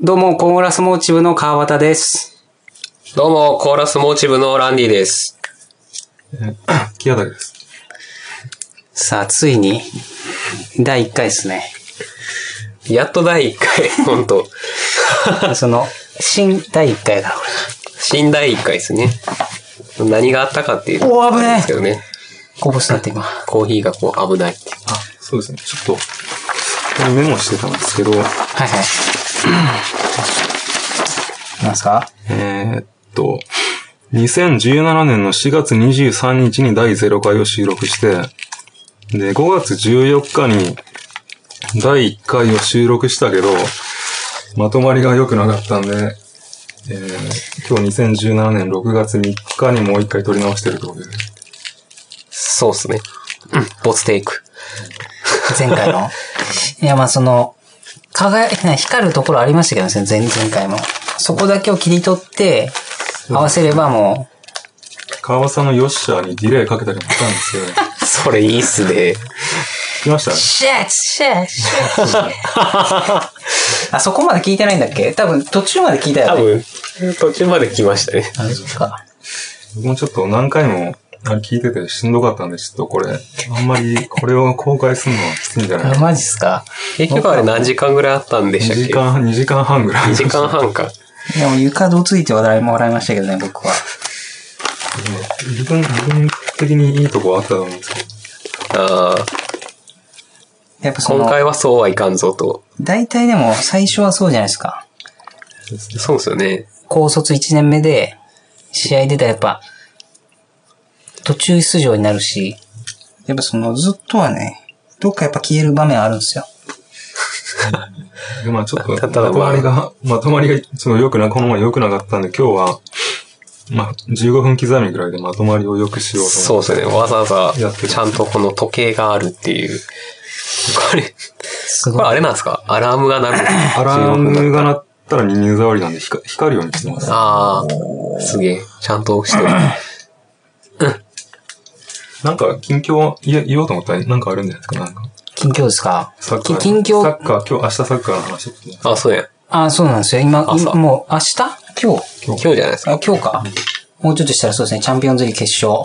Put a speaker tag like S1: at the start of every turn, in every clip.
S1: どうも、コーラスモーチブの川端です。
S2: どうも、コーラスモーチ部のランディです。
S3: 木畑です。
S1: さあ、ついに、第1回ですね。
S2: やっと第1回、 ほんと。
S1: そ の、新第1回だろ
S2: 新第1回ですね。何があったかっていう。
S1: お危ねえ
S2: ですけどね。
S1: こぼしなって今。
S2: コーヒーがこう危ないっていう。
S3: あ、そうですね。ちょっと、ここにメモしてたんですけど、
S1: はいはい。なんすか
S3: えー、っと、2017年の4月23日に第0回を収録して、で、5月14日に第1回を収録したけど、まとまりが良くなかったんで、えー、今日2017年6月3日にもう一回撮り直してるってことで。
S2: そうっすね。うん、ボツテイク。
S1: 前回の いや、まあその、輝き、光るところありましたけどね、前前回も。そこだけを切り取って、合わせればも
S3: 川端さんのヨッシャーにディレイかけたりもしたんですけど、
S2: それいいっすね。
S3: 聞きましたね
S1: う、シェッシェッシェ ッあ、そこまで聞いてないんだっけ多分途中まで聞いたよ
S2: 多
S1: ね。
S2: 分、途中まで来ましたね。
S1: あそっか。
S3: 僕もちょっと何回もあれ聞いててしんどかったんで、ちょっとこれ、あんまりこれを公開するのはきついんじゃない
S1: あ マジっすか
S2: 結局あれ何時間ぐらいあったんで
S3: ?2
S2: したっけ
S3: 時間、2時間半ぐらい。
S2: 2時間半か。
S1: いや、もう床どついて笑いもらいましたけどね、僕は。
S3: 自分、自分的にいいとこはあったと思うんですけど。
S2: ああ、
S1: やっぱそ
S2: 今
S1: の、
S2: 回はそうはいかんぞと。
S1: 大体でも最初はそうじゃないですか。
S2: そうっすよね。
S1: 高卒1年目で、試合出たらやっぱ、途中出場になるし、やっぱそのずっとはね、どっかやっぱ消える場面あるんですよ。
S3: で、まあちょっと、
S2: た
S3: ま
S2: ただ
S3: と
S2: まあ
S3: まりが、まとまりが、その良くな、この前良くなかったんで、今日は、まあ15分刻みぐらいでまとまりを良くしようと
S2: そう
S3: 思
S2: っ
S3: って。
S2: すね。わざわ
S3: やっ
S2: ざ、
S3: てる
S2: ちゃんとこの時計があるっていう。これ、
S1: す
S2: これあれなんですかアラームが鳴る。
S3: アラームが鳴ったら二人触りなんで光光るようにしてます。
S2: ああ、すげえ。ちゃんとしてる。
S3: なんか近況言え言おうと思ったらなんかあるんじゃないですかなんか。
S1: 近況ですか
S3: サッカー。
S1: 近況
S3: サッカー、今日、明日サッカーの話を聞いて
S2: あ、そうや。
S1: あ、そうなんですよ。今、
S2: 朝
S1: もう明日今日
S2: 今日じゃないですか。
S1: あ、今日か。もうちょっとしたらそうですね、チャンピオンズリーグ決勝。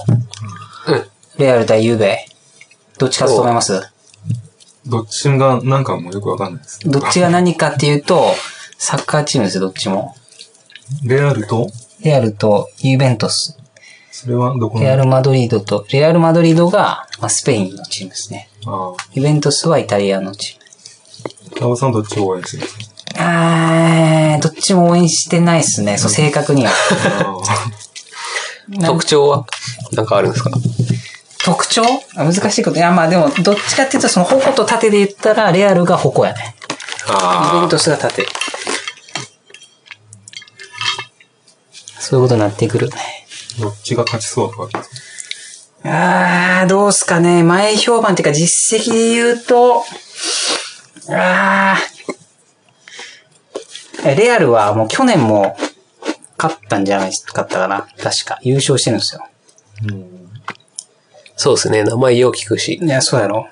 S2: うん。
S1: レアル対ユーベ。どっち勝つと思います
S3: どっちがなんかもうよくわかんないです。
S1: どっちが何かっていうと、サッカーチームですよ、どっちも。
S3: レアルと
S1: レアルとユーベントス。
S3: それはどこの
S1: レアル・マドリードと、レアル・マドリードが、まあ、スペインのチームですね。
S3: ああ。
S1: ユベントスはイタリアのチーム。
S3: 北尾さんどっちを応援してるんですか
S1: あー、どっちも応援してないっすね、そう、正確には。
S3: ああ
S1: なん
S2: 特徴はなんかあるんですか
S1: 特徴あ難しいこと。いや、まあでも、どっちかっていうと、その、矛と盾で言ったら、レアルが矛やね。ユベン
S2: あ
S1: トスが盾。そういうことになってくるね。
S3: どっちが勝ちそうとか。
S1: あー、どうすかね。前評判っていうか実績で言うと、あー。えレアルはもう去年も勝ったんじゃないかったかな。確か。優勝してるんですよ。
S3: うん。
S2: あ、そうですね。名前よう聞くし。
S1: いや、そうやろ。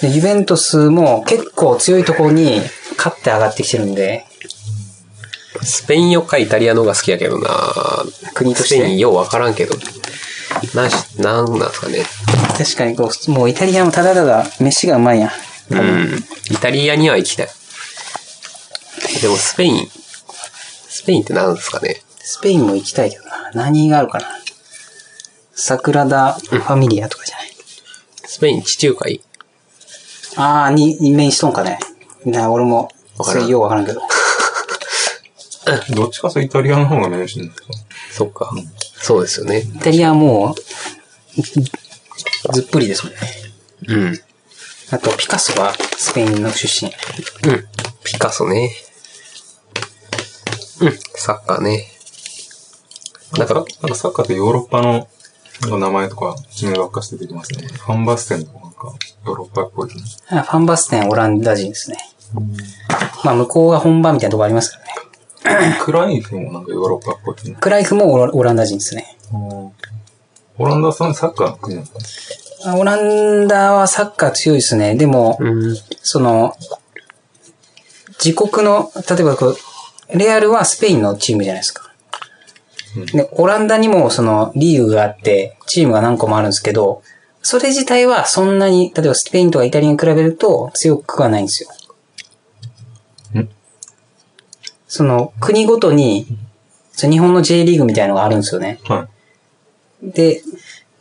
S1: でユベントスも結構強いところに勝って上がってきてるんで、
S2: スペインよっかイタリアの方が好きやけどな
S1: 国として
S2: スペインようわからんけど。なんし、なんなんですかね。
S1: 確かにこう、もうイタリアもただただ飯がうまいやん。
S2: うん。イタリアには行きたい。でもスペイン、スペインってなんですかね。
S1: スペインも行きたいけどな。何があるかな。桜田ファミリアとかじゃない。
S2: スペイン地中海
S1: ああ、に、任命しとんかね。な、俺も、そ
S2: わからん
S1: れようわからんけど。
S3: どっちかとイタリアの方が面白いんですか
S2: そっか。そうですよね。
S1: イタリアはもう、ずっぷりですもんね。
S2: うん。うん。
S1: あと、ピカソはスペインの出身。
S2: ピカソね。うん。サッカーね。なんか、
S3: なんかサッカーってヨーロッパのなんか名前とか地名ばっかして出てきますね。ファンバステンとかなんかヨーロッパっぽいですね。
S1: あファンバステンオランダ人ですね。まあ、向こうが本場みたいなとこありますからね。
S3: クライフもなんかヨーロッパっぽいですね。
S1: クライフもオラオランダ人ですね。
S3: オランダさんサッカーの国なんですか
S1: あオランダはサッカー強いですね。でも、
S2: うん。
S1: その、自国の、例えばこう、レアルはスペインのチームじゃないですか。で、オランダにもそのリーグがあって、チームが何個もあるんですけど、それ自体はそんなに、例えばスペインとかイタリアに比べると強くはないんですよ。その国ごとに、その日本の J リーグみたいなのがあるんですよね。
S3: は
S1: で、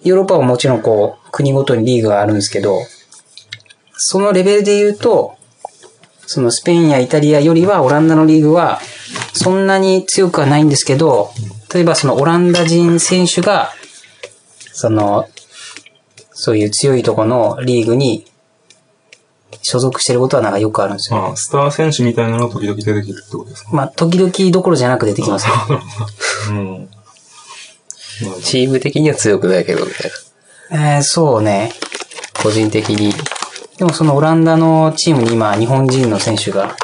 S1: ヨーロッパはもちろんこう、国ごとにリーグがあるんですけど、そのレベルで言うと、そのスペインやイタリアよりはオランダのリーグはそんなに強くはないんですけど、例えばそのオランダ人選手が、その、そういう強いとこのリーグに所属してることはなんかよくあるんです
S3: い。
S1: よ。
S3: まあ、スター選手みたいなのが時々出てくるってことですか
S1: まあ、時々どころじゃなく出てきますよ。
S3: うん。
S2: チーム的には強くないけど、みたいな。
S1: えー、そうね。
S2: 個人的に。
S1: でもそのオランダのチームに今、日本人の選手が、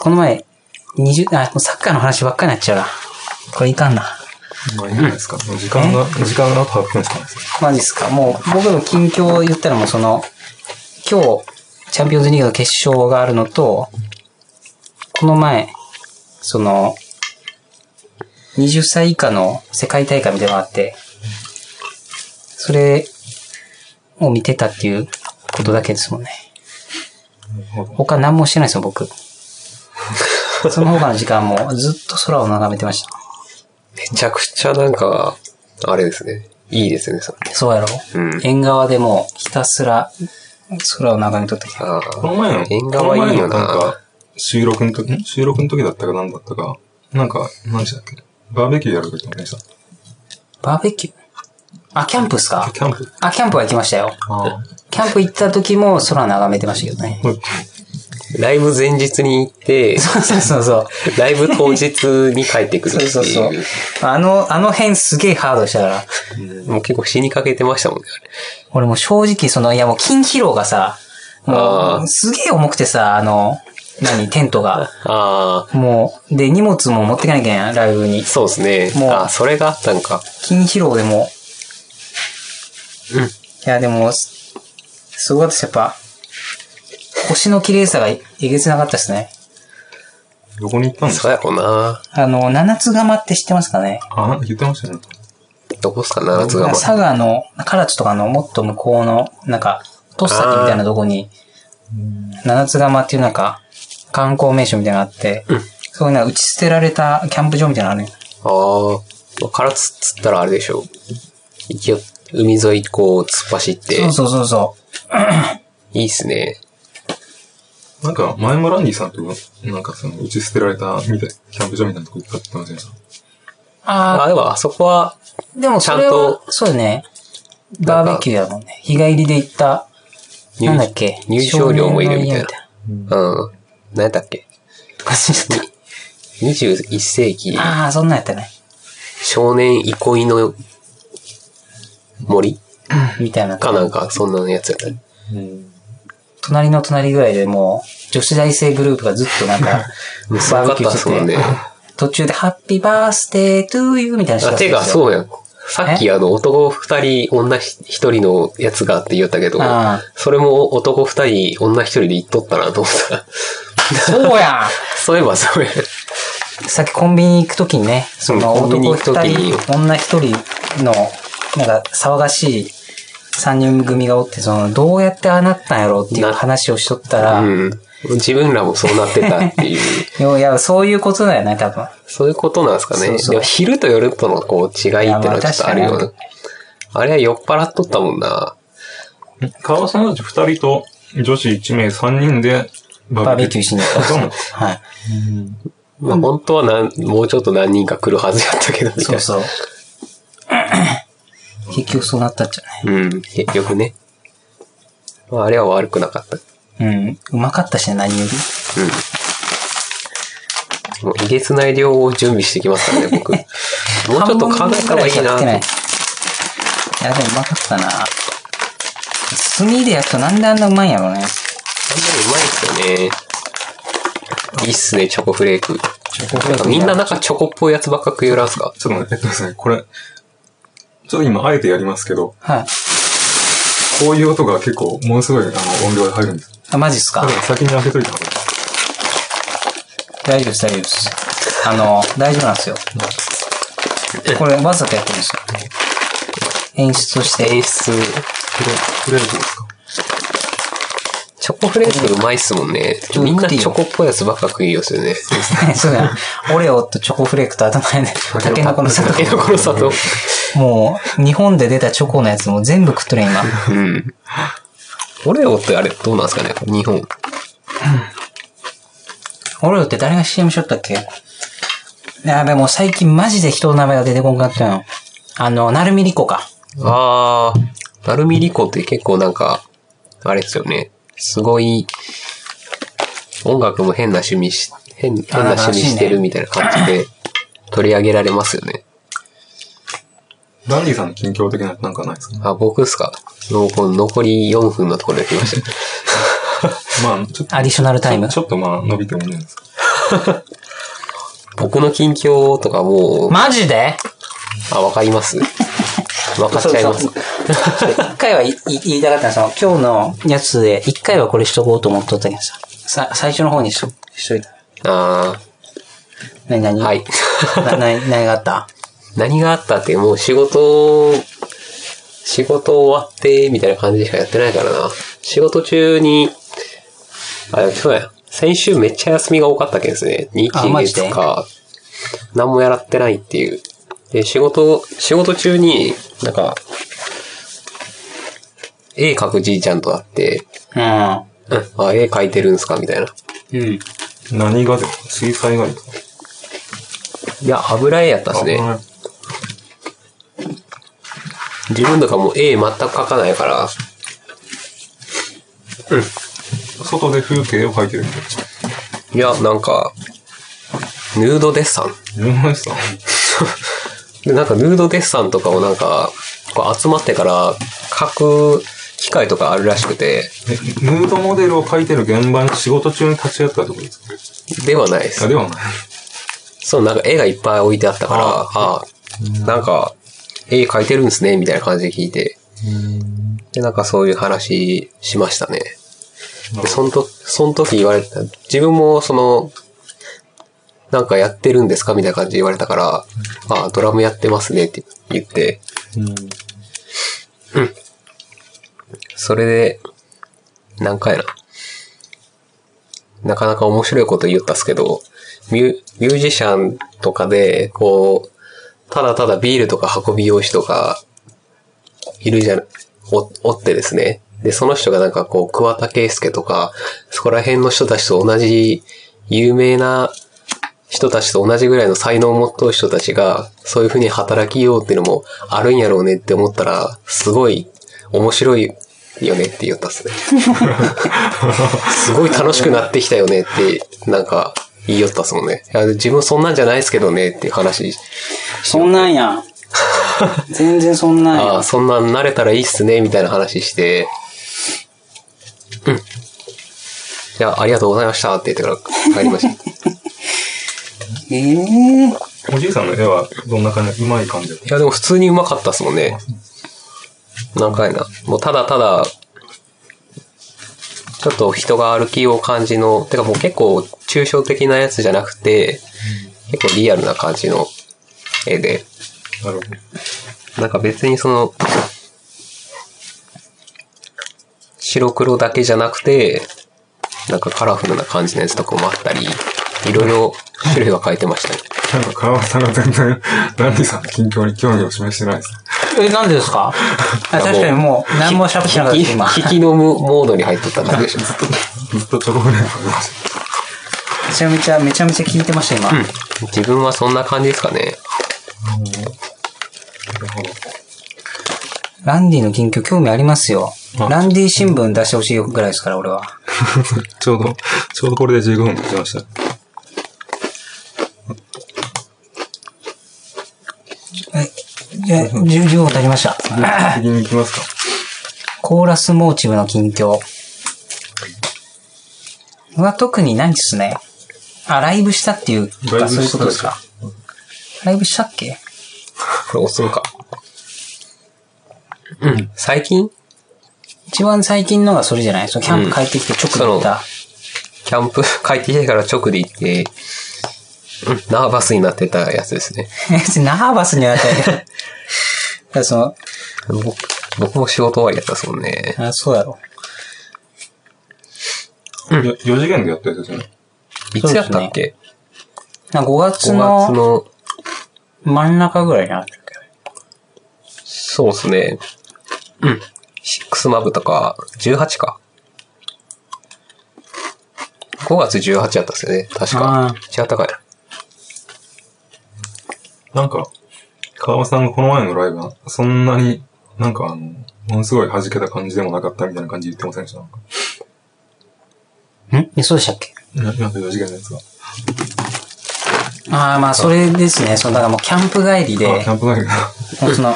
S1: この前、20、あ、もうサッカーの話ばっかりになっちゃうな。これいかんな。
S3: まあいいんじゃないですか。時間が、時間があと8分しかないです。
S1: マジっすか。もう、僕の近況を言ったらもうその、今日、チャンピオンズリーグの決勝があるのと、この前、その、20歳以下の世界大会みたいなのがあって、それを見てたっていうことだけですもんね。他何もしてないですよ、僕。その他の時間もずっと空を眺めてました。
S2: めちゃくちゃなんか、あれですね。いいですね、それ。
S1: そうやろ、
S2: うん
S1: 縁側でもうひたすら空を眺めとったけど
S2: ああ。
S3: この前の、
S2: 縁
S3: この
S2: 側いい
S3: 前
S2: よ
S3: のなんか
S2: な。、
S3: 収録の時、ん収録の時だったか何だったか、なんか、何でしたっけバーベキューやる時もね、さ、
S1: バーベキューあ、キャンプっすか
S3: キャンプ。
S1: あ、キャンプは行きましたよ。
S3: ああ。
S1: キャンプ行った時も空眺めてましたけどね。
S2: ライブ前日に行 って、
S1: そうそうそうそう。
S2: ライブ当日に帰ってくるっ
S1: そ
S2: て
S1: う
S2: いう。
S1: そうそう。あの、あの辺すげえハードでしたから。
S2: もう結構死にかけてましたもんね、あれ
S1: 俺もう正直その、いやもう筋疲労がさ、も
S2: あ
S1: う
S2: ー
S1: すげえ重くてさ、あの、何、テントが。
S2: あ
S1: もう、で、荷物も持ってかなきゃいけない、ライブに
S2: あ、。そうです
S1: も
S2: ね。
S1: う
S2: ああ、それがあったんか。
S1: 筋疲労でもう、
S2: うん
S1: いや、でも、すすごかったです、やっぱ。腰の綺麗さがえげつなかったですね。
S3: どこに行ったんですか
S2: そうやろうな。
S1: あの、七つ釜って知ってますかね
S3: あ、なんか言ってましたね。
S2: どこっすか、七つ釜。
S1: 佐賀の、唐津とかのもっと向こうの、なんか、とっさきみたいなとこに、七つ釜っていうなんか、観光名所みたいなのがあって、
S2: うん
S1: そういうなんか打ち捨てられたキャンプ場みたいなのあるね。
S2: ああ、からつっつったらあれでしょ。一応、海沿いこう突っ走って、
S1: そうそうそうそ
S2: いいっすね。
S3: なんか、前もランディさんと、なんかその、打ち捨てられた、みたい、キャンプ場みたいなとこ行ったって言ってませんでし
S1: う。あ
S2: ああ、でもあそこは、
S1: あ、でもそれ
S2: ちゃ
S1: は
S2: んと、
S1: そうだね。バーベキューだもんね。日帰りで行った、
S2: 入
S1: なんだっけ
S2: 入場料もいるみたいな。うん。何やったっけ
S1: 忘れ
S2: ?21 世紀
S1: た。ああ、そんなんやったね。
S2: 少年憩いの森
S1: みたいな。
S2: かなんか、そんなやつやったね。
S3: た。うん。
S1: 隣の隣ぐらいでもう、女子大生グループがずっとなん か、
S2: す
S1: バー
S2: ごか
S1: ベ
S2: っ
S1: キュ
S2: た
S1: ー
S2: っ
S1: し
S2: す
S1: て
S2: も
S1: て、
S2: んね。
S1: 途中でハッピーバースデートゥーユーみたいな人
S2: あ
S1: が
S2: てか、
S1: う。
S2: そうやん。さっきあの、男二人、女一人のやつがあって言ったけど
S1: ああ、
S2: それも男二人、女一人で言っとったなと思ったら、
S1: そうや
S2: そういえばそれ、
S1: んさっきコンビニ行くときにね、その
S2: うんコンビニ
S1: 男
S2: 行く
S1: 二
S2: 時に
S1: 人、女一人の、なんか騒がしい三人組がおって、その、どうやってああなったんやろうっていう話をしとったら、
S2: うん。自分らもそうなってたっていう、
S1: いやいや、そういうことだよね、多分。
S2: そういうことなんですかね。
S1: そうそう
S2: でも昼と夜とのこう違いっていうの
S1: いやまあ
S2: はちょっとあるよ
S1: 確
S2: ね。あれは酔っ払っとったもんな。
S3: 川尾さんたち2人と、女子1名3人で、
S1: バーベキューしに行ったんです
S3: そうなん
S1: よ
S3: で。
S1: はい。
S2: まあ本当はなん、もうちょっと何人か来るはずやったけど、みたい
S1: そう
S2: な。
S1: そう。 結局そうなったっちゃ
S2: うん、結局ね。まああれは悪くなかった。
S1: ね。うん。うまかったしね、何より。
S2: うん。もう、えげつない量を準備してきますからね、 僕。もうちょっと考えた方がいい
S1: 半分ぐらしか食
S2: な
S1: ってい
S2: って。
S1: や、でもうまかったな。炭で焼くとなんであんなうまいんやろうね。
S2: あんまりうまいっすよね。いいっすね、チョコフレーク。
S1: チョコフレーク
S2: みんななんかチョコっぽいやつばっか食いよらんすか
S3: ちょっと待って、えっとですね、これ、ちょっと今、あえてやりますけど、
S1: はい。
S3: こういう音が結構、ものすごいあの音量で入るんです。
S1: あ、マジっすか
S3: だから先に開けといた方がいいです。
S1: 大丈夫です、大丈夫です。あの、大丈夫なんですよ。これ、わざとやってるんですよ。演出として。
S2: 演出、
S3: フレーズですか
S2: チョコフレークうまいっすもんね。みんなチョコっぽいやつばっか食いよっす よね。
S1: そうだよ。オレオとチョコフレークと頭で、タケノコの里
S2: タ。ケノコの里。
S1: もう、日本で出たチョコのやつも全部食っとるや ん今。
S2: うん。オレオってあれどうなんですかね日本。
S1: オレオって誰が CM しよったっけやべ、もう最近マジで人の名前が出てこんかったよ。あの、なるみりこか。
S2: あー、なるみりこって結構なんか、あれですよね。すごい、音楽も変な趣味し、変、変な趣味してるみたいな感じで取り上げられますよね。
S3: ダンディさんの近況的なやつなんかないですか
S2: あ、僕っすかもうこの残り4分のところで来ました。
S3: まあ、ちょっと、
S1: アディショナルタイム。
S3: ちょっとまあ、伸びてもいいんじゃないですか。
S2: 僕の近況とかもう、
S1: マジで
S2: あ、わかりますわかっちゃいます
S1: そう。一回はいい言いたかったのはその、今日のやつで、一回はこれしとこうと思っとったけどさ。さ、最初の方にしと、しといた。
S2: あ
S1: なになに
S2: ー、はい。
S1: な、なに、何があ った
S2: 何があったって、もう仕事、仕事終わって、みたいな感じしかやってないからな。仕事中に、あ、でもそうや。先週めっちゃ休みが多かったけんですね。日
S1: あマジで
S2: 月か、何もやらってないっていう。で、仕事、仕事中に、なんか、絵描くじいちゃんと会って、うん、あ、絵描いてるんすかみたいな。
S1: うん。うん。
S3: 何がですか水彩画ですか
S2: いや、油絵やったっすね。
S3: あ
S2: 自分とかもう絵全く描かないから、
S3: え外で風景を描いてるみたいです。
S2: いや、なんか、ヌードデッサン
S3: 見ました
S2: で、なんかヌードデッサンとかをなんか、こう集まってから書く機会とかあるらしくて、
S3: えヌードモデルを描いてる現場に仕事中に立ち会ったってことです
S2: ではないで
S3: かあ、
S2: す。
S3: ではない。
S2: そう、なんか絵がいっぱい置いてあったから、ああなんか、絵描いてるんですね、みたいな感じで聞いて。で、なんかそういう話しましたね。で、そのと、その時言われた、自分もその、なんかやってるんですかみたいな感じで言われたから、ああ、ドラムやってますねって言って、
S3: うん
S2: それで、何回な。なかなか面白いこと言ったっすけど、ミュミュージシャンとかで、こう、ただただビールとか運び用紙とか、いるじゃん、お、おってですね。で、その人がなんかこう、桑田圭介とか、そこら辺の人たちと同じ、有名な人たちと同じぐらいの才能を持っとう人たちが、そういう風に働きようっていうのもあるんやろうねって思ったら、すごい面白いよねって言ったっすね。すごい楽しくなってきたよねって、なんか言いよったっすもんね。いや自分そんなんじゃないですけどねっていう話。
S1: そんなん やん。全然そんなんやん
S2: ああ、そんなん慣れたらいいっすね、みたいな話して、うん。じゃあ、ありがとうございましたって言ってから帰りました。い
S1: ええ
S3: おじいさんの絵はどんな感じうまい感じです
S2: や、でも普通にうまかったっすもんね。何回な。もうただただ、ちょっと人が歩きを感じの、てかもう結構抽象的なやつじゃなくて、結構リアルな感じの絵で、
S3: なるほど。
S2: なんか別にその、白黒だけじゃなくて、なんかカラフルな感じのやつとかもあったり、いろいろ種類は変えてましたね。
S3: なんか、川端さんが全然、ダンディさんの近況に興味を示してないです。
S1: え、なんでですかあ確かにもう、何も喋ってなかった、今。
S2: 引きのむモードに入っとっただけでしょ。
S3: ずっとチョコフレークを見ました。
S1: めちゃめちゃ、めちゃめちゃ聞いてました、今。
S2: 自分はそんな感じですかね。
S3: なるほど。
S1: ランディの近況興味ありますよ。ランディ新聞出してほしいぐらいですから、俺は。
S3: ちょうど、ちょうどこれで15分経ちました。
S1: え、じゃあ、15分経ちました。
S3: 次に行きますか。
S1: コーラスモーチブの近況。は特にないですね。あ、ライブしたっていうか、
S3: ライブ
S1: そういう
S3: し
S1: こと
S3: たで
S1: ですす
S3: か
S1: か。ライブしたっけ
S2: これ押すのか。うん。最近
S1: 一番最近のがそれじゃないそのキャンプ帰ってきて直だった。
S2: キャンプ 帰ってきてから直で行って、うんナーバスになってたやつですね。
S1: 別にナーバスには当たり前だからその、
S2: 僕僕も仕事終わりやったっすもんね。
S1: あそうだろ
S3: よ4次元でやったやつですよね。
S2: いつやったっけ、
S1: う。なんか5月
S2: ?5 月
S1: の
S2: の、
S1: 真ん中ぐらいにあったっけ
S2: そうですね。うん。6マブとか、18か。5月18やったっすよね。確
S1: あ
S2: か。違ったかい
S3: なんか、川尾さんがこの前のライブは、そんなに、なんかあの、ものすごい弾けた感じでもなかったみたいな感じ言ってませんでしたなんか。
S1: んえそうでしたっけ
S3: ななんか4次元のやつが。
S1: ああ、まあ、それですね。その、だからもうキャンプ帰りで、
S3: あ、キャンプ帰りが。
S1: もうその、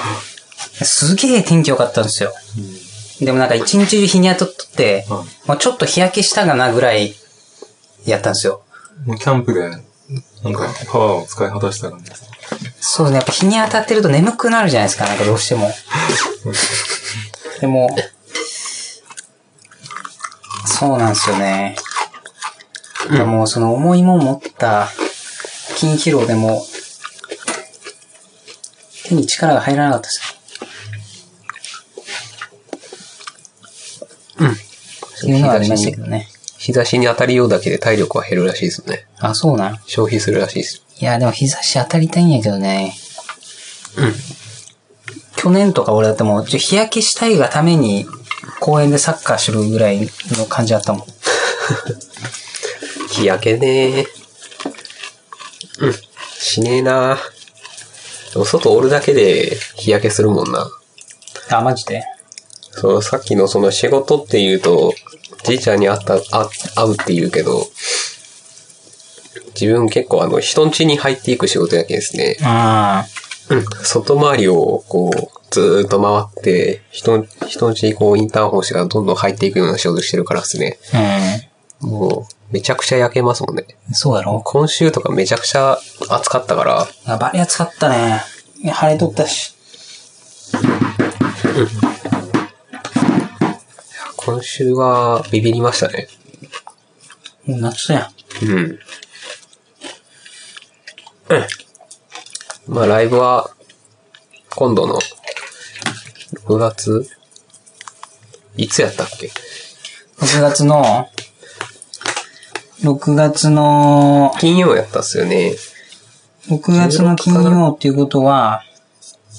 S1: すげえ天気良かったんですよ。でもなんか一日中日に当たっとって、
S3: は
S1: もうちょっと日焼けしたかなぐらいやったんですよ。
S3: いもうキャンプで、なんかパワーを使い果たした感じです。
S1: そうですね。やっぱ日に当たってると眠くなるじゃないですか。なんかどうしても。でも、そうなんですよね。だからもうその重いもん持った筋疲労でも、手に力が入らなかったですね。うん。っていうのはありましたけどね。
S2: 日差しに当たりようだけで体力は減るらしいですね。
S1: あ、そうなん
S2: 消費するらしいです。
S1: いや、でも日差し当たりたいんやけどね。去年とか俺だってもう、ちょ日焼けしたいがために、公園でサッカーするぐらいの感じだったもん。
S2: 日焼けねうん。しねえなでも外おるだけで日焼けするもんな。
S1: あ、マジで
S2: そのさっきのその仕事っていうと、じいちゃんに会った、あ会うって言うけど、自分結構あの、人ん家に入っていく仕事やけんですね。
S1: あ
S2: うん外回りをこう、ずーっと回って、人ん、人ん家にこう、インターホンしてからどんどん入っていくような仕事してるからですね。
S1: あ、
S2: もう、めちゃくちゃ焼けますもんね。
S1: うん。そうやろ
S2: 今週とかめちゃくちゃ暑かったから、
S1: あバリ暑かったね。いや晴れとったし。
S2: 今週はビビりましたね。
S1: もう夏やん。
S2: うん。うんまあライブは、今度の、6月、いつやったっけ
S1: 6月の、6月の、
S2: 金曜やったっすよね。
S1: 6月の金曜っていうことは、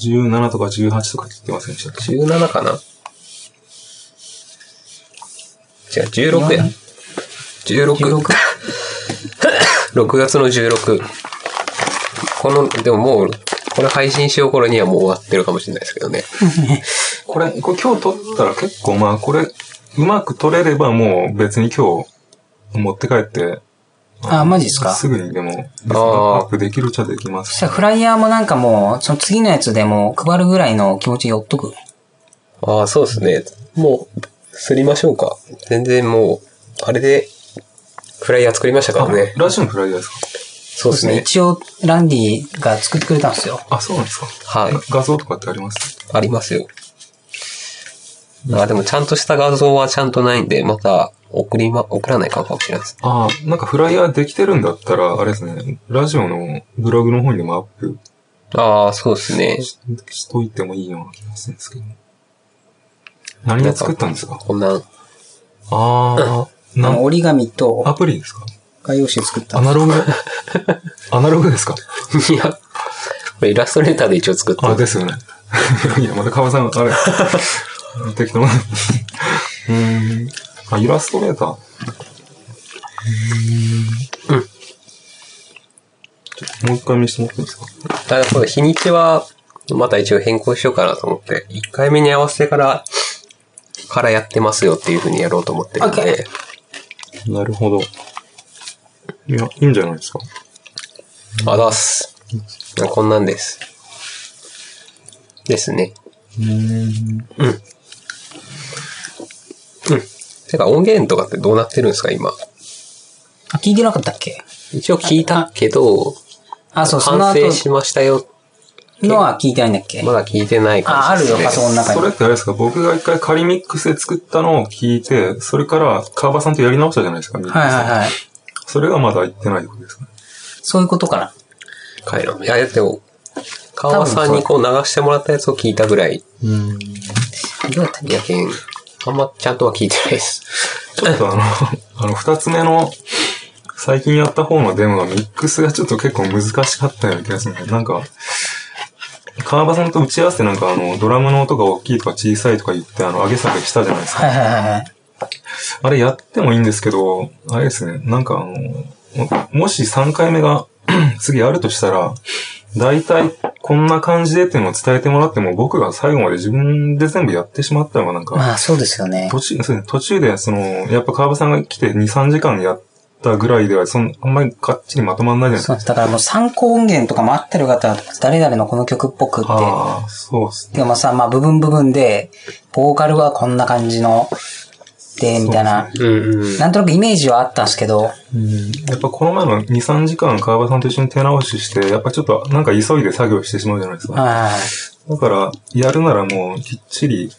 S3: 17とか18とか言ってませんでしたっけ
S2: 17かなじゃあ16や。16。
S1: 16
S2: 6月の16。この、でももう、これ配信しよう頃にはもう終わってるかもしれないですけどね。
S3: これ、これ今日撮ったら結構まあこれ、うまく撮れればもう別に今日持って帰って、
S1: あ、マジっすか
S3: すぐにでも、
S2: あー
S3: アップできるっちゃできます
S1: そし。たらフライヤーもなんかもう、その次のやつでもう配るぐらいの気持ち寄っとく。
S2: ああ、そうですね。もう、すりましょうか。全然もう、あれで、フライヤー作りましたからね。
S3: ラジオのフライヤーですか
S2: そうですね。
S1: 一応、ランディが作ってくれたんですよ。
S3: あ、そうなんですか
S2: はい。
S3: 画像とかってあります
S2: ありますよ。あでも、ちゃんとした画像はちゃんとないんで、また、送りま、送らないかもしれないです。
S3: ああ、なんかフライヤーできてるんだったら、あれですね、ラジオのブログの方にでもアップ
S2: ああ、そうですね。
S3: ししといてもいいような気がするんですけど。何で作ったんですか
S2: こんなん、
S3: ああ、
S1: あ
S3: な
S1: の、
S3: ん、
S1: 折り紙
S3: ア
S1: と
S3: プリですか
S1: 画用紙作った
S3: ア
S1: んで
S3: ナログアナログですか
S2: いや、これイラストレーターで一応作って
S3: あ、
S2: る。
S3: ですよね。 いや、また川さん、あれ。 適当な。うーん。あ、イラストレーター。うーん。ちょっともう一回見してもらっていいですか
S2: ただ、これ日にちは、また一応変更しようかなと思って、1回目に合わせてから、からやってますよっていうふうにやろうと思ってるんで、
S3: なるほど。いや、いいんじゃないですか。
S2: あざっす。こんなんです。ですね。
S3: うん。
S2: てか音源とかってどうなってるんですか、今。
S1: す。あ、聞いてなかったっけ
S2: 一応聞いたけど、
S1: あ、そう、その
S2: 完
S1: 後
S2: 成、しましたよ
S1: のは聞いてないんだっけ
S2: まだ聞いてない
S1: あ、あ
S2: 感じ
S1: るよ、
S2: で
S1: パソ
S2: す
S1: コンの
S2: ね。
S1: 中に
S3: そ。れってあれですか僕が一回仮ミックスで作ったのを聞いて、それから川場さんとやり直したじゃないですか。ミックス
S1: はいはいはい。
S3: それがまだ言ってないってことですかね。
S1: そういうことかな。
S2: 回路。いや、でも、川尾さんにこう流してもらったやつを聞いたぐらい、
S3: うん。ち
S1: どうやったっけ
S2: やけん、あんまちゃんとは聞いてないです。
S3: ょっとあの、あの、二つ目の、最近やった方のデモはミックスがちょっと結構難しかったような気がするね。なんか、川場さんと打ち合わせてなんかあの、ドラムの音が大きいとか小さいとか言って、あの、上げ下げしたじゃないですか。
S1: はいはいはいはい。
S3: あれやってもいいんですけど、あれですね、なんかあの、ももし3回目が 次あるとしたら、大体こんな感じでっていうのを伝えてもらっても、僕が最後まで自分で全部やってしまったのがなんか、
S1: まあそうですよね。
S3: 途中、そうですね途中で、その、やっぱ川端さんが来て2、3時間やったぐらいでは、そんあんまりがっちりまとまんないじゃないです
S1: そ
S3: か。
S1: うです。だからもう参考音源とかも合ってる方、誰々のこの曲っぽくって。
S3: ああ、そうですね。
S1: でもさ、まあ部分部分で、ボーカルはこんな感じの、で、みたいな。
S2: うんうん。
S1: なんとなくイメージはあったんですけど、
S3: うんやっぱこの前の2、3時間川端さんと一緒に手直しして、やっぱちょっとなんか急いで作業してしまうじゃないですか。
S1: は
S3: だから、やるならもう、きっちり、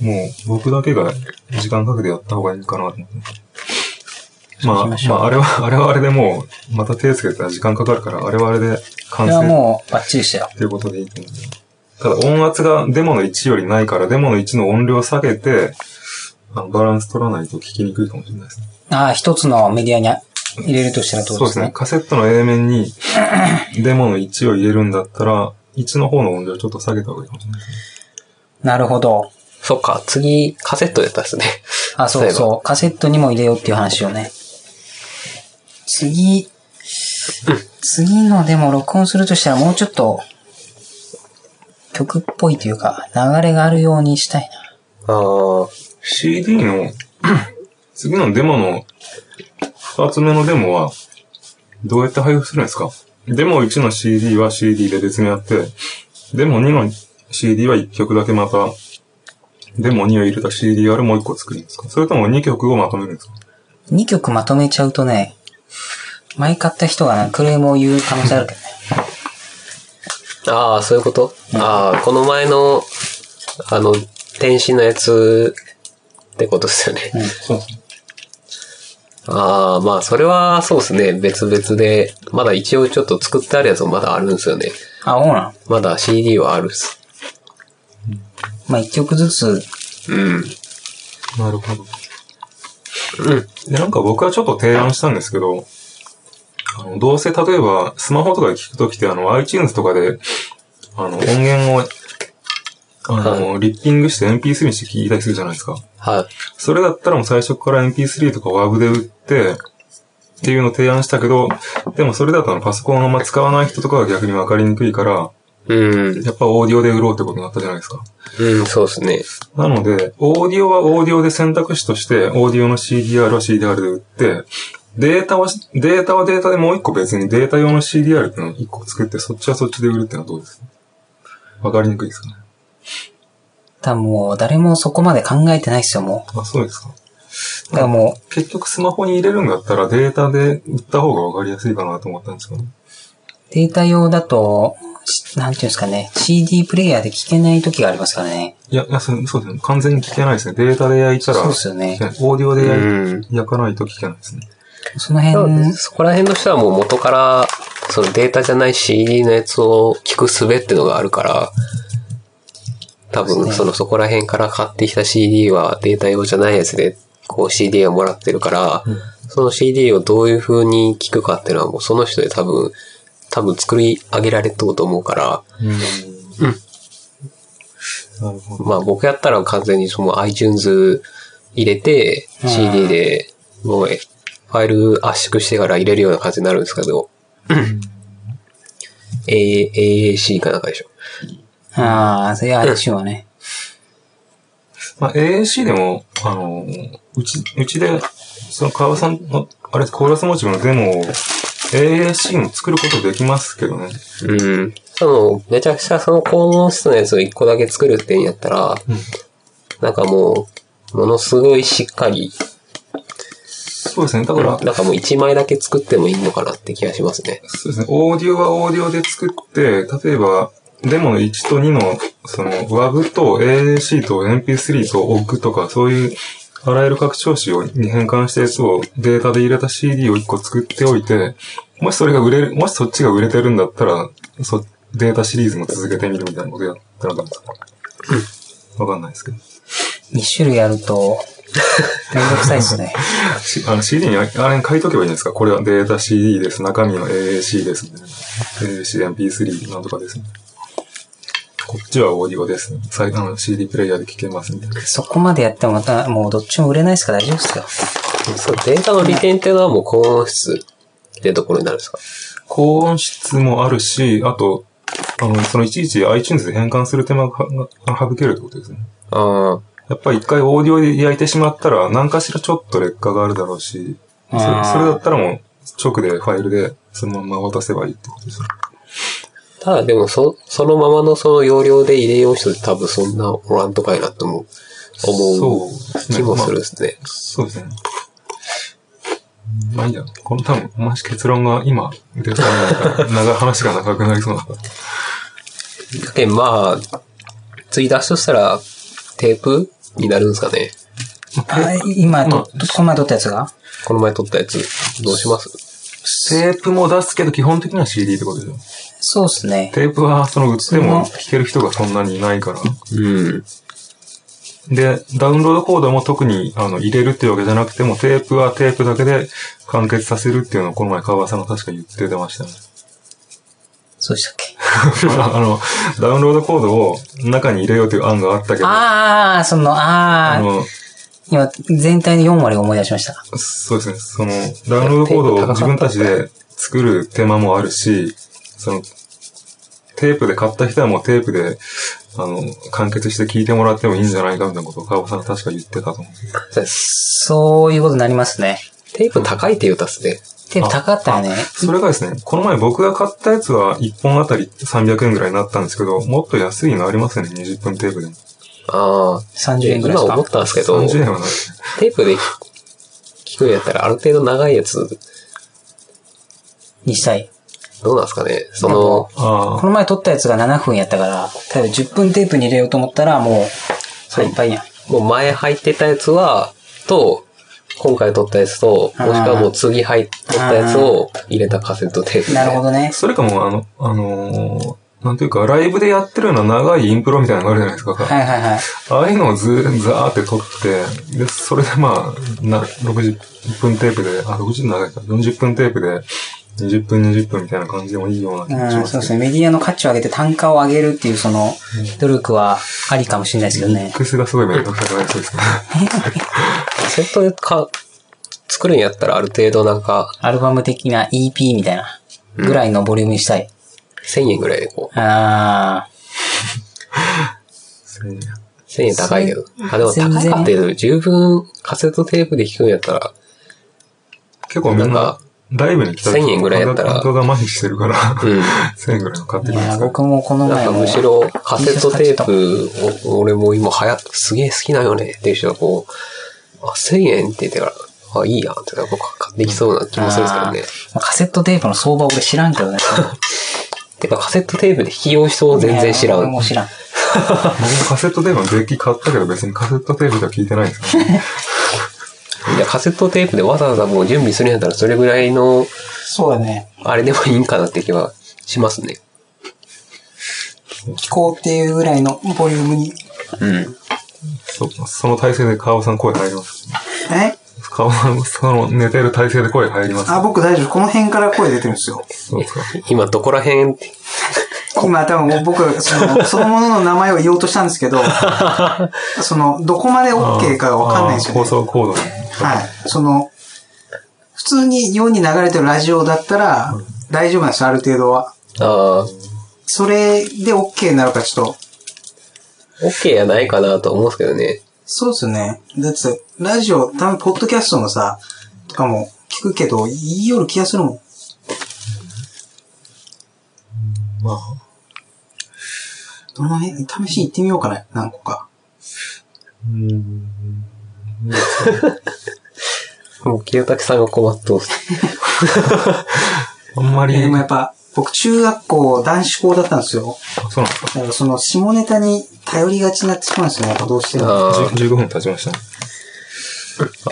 S3: もう、僕だけが時間かけてやった方がいいかなと思って。まあ、まあ、あれは、あれはあれでもう、また手つけたら時間かかるから、あれはあれで
S1: い。こ
S3: 完
S1: れは
S3: 成
S1: もうバッチリしたよ。
S3: っていうことでいいと思う。ただ、音圧がデモの1よりないから、デモの1の音量を下げて、あのバランス取らないと聞きにくいかもしれないですね。
S1: ああ、一つのメディアに入れるとしたらどう
S3: そう
S1: で
S3: です
S1: す
S3: ね。
S1: ね。
S3: カセットの A 面に、デモの1を入れるんだったら、1の方の音量をちょっと下げた方がいいかもしれないですね。
S1: なるほど。
S2: そっか、次、カセットやったですね。
S1: あ、そう
S2: そうい
S1: そう。カセットにも入れようっていう話をね。次、次のでも録音するとしたらもうちょっと、曲っぽいというか、流れがあるようにしたいな。
S2: えば。ああ、
S3: CD の、 次のデモの、二つ目のデモは、どうやって配布するんですかデモ1の CD は CD で別にあって、デモ2の CD は1曲だけまた、デモ2を入れた CDR もう1個作るんですかそれとも2曲をまとめるんですか
S1: 2曲まとめちゃうとね、前買った人がなクレームを言う可能性あるけどね。
S2: ああ、そういうこと、ああ、この前の、あの、天使のやつってことですよね。
S3: そう
S2: ああ、まあ、それはそうですね。別々で、まだ一応ちょっと作ってあるやつもまだあるんですよね。
S1: あ、そうなの
S2: まだ CD はあるっす。
S1: まあ、1曲ずつ、
S2: うん。
S3: なるほど。
S2: うん。
S3: で、なんか僕はちょっと提案したんですけど、あの、どうせ例えばスマホとかで聞くときってあの iTunes とかで、あの、音源を、あの、リッピングして MP3 にして聞いたりするじゃないですか。
S2: はい。
S3: それだったらもう最初から MP3 とか WAV で売って、っていうのを提案したけど、でもそれだとあのパソコンをあんま使わない人とかは逆にわかりにくいから、
S2: うん。
S3: やっぱオーディオで売ろうってことになったじゃないですか。
S2: うん、そうですね。
S3: なので、オーディオはオーディオで選択肢として、オーディオの CDR は CDR で売って、データは、データはデータでもう一個別にデータ用の CDR っていうのを一個作って、そっちはそっちで売るっていうのはどうですわかりにくいですかね。
S1: 多分もう誰もそこまで考えてないっすよ、も
S3: あ、そうですか。
S1: う。だからもう、
S3: 結局スマホに入れるんだったらデータで売った方がわかりやすいかなと思ったんですけどね。
S1: データ用だと、しなんていうんですかね、CD プレイヤーで聞けない時がありますからね。
S3: いや、いやそうそうですね。完全に聞けないですね。データで焼いたら、
S1: そうですよね
S3: 聞けないオーディオで焼,、
S2: うん。
S3: 焼かないと聞けないですね。
S1: その辺、
S2: そこら辺の人はもう元から、そのデータじゃない CD のやつを聞く術ってのがあるから、多分そのそこら辺から買ってきた CD はデータ用じゃないやつで、こう CD をもらってるから、その CD をどういう風に聞くかっていうのはもうその人で多分、多分作り上げられてると思うから、
S3: うん。なるほど。
S2: まあ僕やったら完全にその iTunes 入れて、
S1: うん
S2: CD で、もうえファイル圧縮してから入れるような感じになるんですけど、A- AAC かなんかでしょ。
S1: ああ、それは iTunes はね。
S3: まあ、AAC でも、あの、うち、うちで、その川さんの、あれ、コーラスモチブのデモを、AAC も作ることできますけどね。
S2: うん。その、めちゃくちゃその高音質のやつを一個だけ作るっていうんやったら、
S3: うん
S2: なんかもう、ものすごいしっかり、
S3: そうですね。だから、
S2: なんかもう一枚だけ作ってもいいのかなって気がしますね。
S3: そうですね。オーディオはオーディオで作って、例えば、デモの1と2の、その、WAV と AAC と MP3 と OG とか、そういう、あらゆる拡張子をに変換したやつをデータで入れた CD を1個作っておいて、もしそれが売れる、もしそっちが売れてるんだったら、そ、データシリーズも続けてみるみたいなことやってなかったですかわかんないですけど。
S1: 一種類やる と、めんどくさいですね。
S3: しあの CD にああれに書いとけばいいんですかこれはデータ CD です。中身は AAC です、ね。AACMP3 なんとかです、ね。こっちはオーディオです、ね。最あの CD プレイヤーで聴けますみたいな。
S1: そこまでやってもまた、もうどっちも売れないですから大丈夫ですよ。
S2: そう、データの利点っていうのはもう高音質ってところになるんですか
S3: 高音質もあるし、あと、あの、そのいちいち iTunes で変換する手間がが省けるってことですね。
S2: ああ、
S3: やっぱり一回オーディオで焼いてしまったら、何かしらちょっと劣化があるだろうし、それそれ
S1: あー
S3: だったらもう直でファイルでそのまま渡せばいいってことですね。
S2: ただでもそ、そのままのその容量で入れよう人って多分そんなおらんとかいなとも思う
S3: そうですね
S2: 気もするですね。
S3: そうですね。まあいいや。この多分、もし結論が今出たらなんか、長い話が長くなりそうな。
S2: だけどまあ、次出すとしたらテープになるんですかね。
S1: あ今、とこの前撮ったやつが
S2: この前撮ったやつ、どうします
S3: テープも出すけど、基本的には CD ってことでしょ。
S1: そうですね。
S3: テープは、その、売っても
S1: そ
S3: 弾ける人がそんなにいないから。
S2: うん。
S3: で、ダウンロードコードも特に、あの、入れるっていうわけじゃなくても、テープはテープだけで完結させるっていうのを、この前、川端さんが確か言ってましたね。
S1: そうでしたっけ
S3: あの、ダウンロードコードを中に入れようという案があったけど、
S1: ああ、その、あ
S3: あ
S1: あ、
S3: の、
S1: 今、全体で4割思い出しました。
S3: そうですね。その、ダウンロードコードを自分たちで作る手間もあるし、その、テープで買った人はもうテープで、あの、完結して聞いてもらってもいいんじゃないかみたいなことを川尾さんが確か言ってたと思う。
S1: そういうことになりますね。
S2: テープ高いって言うたっすね。
S1: テープ高かったよね。
S3: それがですね、この前僕が買ったやつは1本あたり300円ぐらいになったんですけど、もっと安いのありますよね、20分テープでも。
S2: ああ。
S1: 30円ぐらいです
S2: 今思
S1: か
S2: ったんですけど、
S3: 30円はない。
S2: テープで聞くんやったらある程度長いやつ、
S1: にしたい。
S2: どうなんですかね。その、
S3: あ
S1: この前撮ったやつが7分やったから、例えば10分テープに入れようと思ったら、もう、それいっぱいやん。
S2: もう前入ってたやつは、と、今回撮ったやつと、もしくはもう次入っ撮ったやつを入れたカセットテープで。
S1: なるほど
S3: あ。
S1: ね。
S3: それかもうあの、あのーなんていうか、ライブでやってるような長いインプロみたいなのがあるじゃないですか。
S1: はいはいはい。
S3: ああいうのをずザーって撮って、で、それでまあ、な、60分テープで、あ、60長いか、40分テープで、20分20分みたいな感じでもいいような気がし
S1: う
S3: ま
S1: ん、
S3: す
S1: そう
S3: ね。
S1: ですね。メディアの価値を上げて単価を上げるっていうその努力はありかもしれないですけど
S3: ミ
S1: ね
S3: ッ。クスがすごい面倒くさくなりそうですね。
S2: カセットでか、作るんやったらある程度なんか、
S1: アルバム的な EP みたいなぐらいのボリュームにしたい。
S2: 1000円ぐらいでこう。
S1: あ
S2: 1000円高いけど。あ、でも
S1: 全然
S2: 高いかっていうと十分カセットテープで聞くんやったら、
S3: 結構み
S2: なん
S3: んな
S2: か、
S3: ライブに来た
S2: 1000円ぐらいやったら
S3: 感覚が麻痺してるから、
S2: うん。
S3: 1000円ぐらいの買っ
S1: あ。
S3: て
S1: い
S3: きます
S1: や、
S3: から。
S1: 僕もこの
S2: なん
S1: 前
S2: か
S1: も。
S2: むしろカセットテープを、俺も今流行っすげえ好きなんよねっていう人がこう、あ、1000円って言ってから、あ、いいやんってなんか買ってきそうな気もするんですけどね。
S1: あーカセットテープの相場俺知らんけどね。
S2: てかカセットテープで引き用人を 全然知ら
S1: いや俺。
S2: ん
S1: も知らん。
S3: 僕もカセットテープのデッキ買ったけど別にカセットテープでは聞いてないんですよね。
S2: いやカセットテープでわざわざもう準備するんやったらそれぐらいの、
S1: そうだね。
S2: あれでもいいんかなって気はしますね。
S1: 気候っていうぐらいのボリュームに。
S2: うん。
S3: そその体勢で川尾さん声入ります。
S4: え
S3: 川尾さん、その寝てる体勢で声入ります。
S4: あ、僕大丈夫。この辺から声出てるんですよ。
S3: そうですか。
S2: 今どこら辺、
S4: 今多分僕、その、そのものの名前を言おうとしたんですけど、その、どこまで OK かがわかんないんですよ
S3: あー放。
S4: ね
S3: 送コードに。
S4: はい。その、普通に世に流れてるラジオだったら、大丈夫なんですよ、ある程度は。
S2: ああ、
S4: それで OK になるかちょっと、
S2: OK やないかなと思うんですけどね。
S4: そうですよね。だって、ラジオ、多分、ポッドキャストのさ、とかも聞くけど、言いよる気がするもん。
S3: まあ、
S4: どの辺、試しに行ってみようかな、何個か。
S3: うん。
S2: もう清武さんが困っとうっす。
S3: あんまり
S4: でもやっぱ、僕、中学校男子校だったんですよ。
S3: そうなんですか
S4: だからその下ネタに頼りがちになってしまうんですよね、やっぱどうしても。
S2: あー
S3: じゅ ?15 分経ちましたね。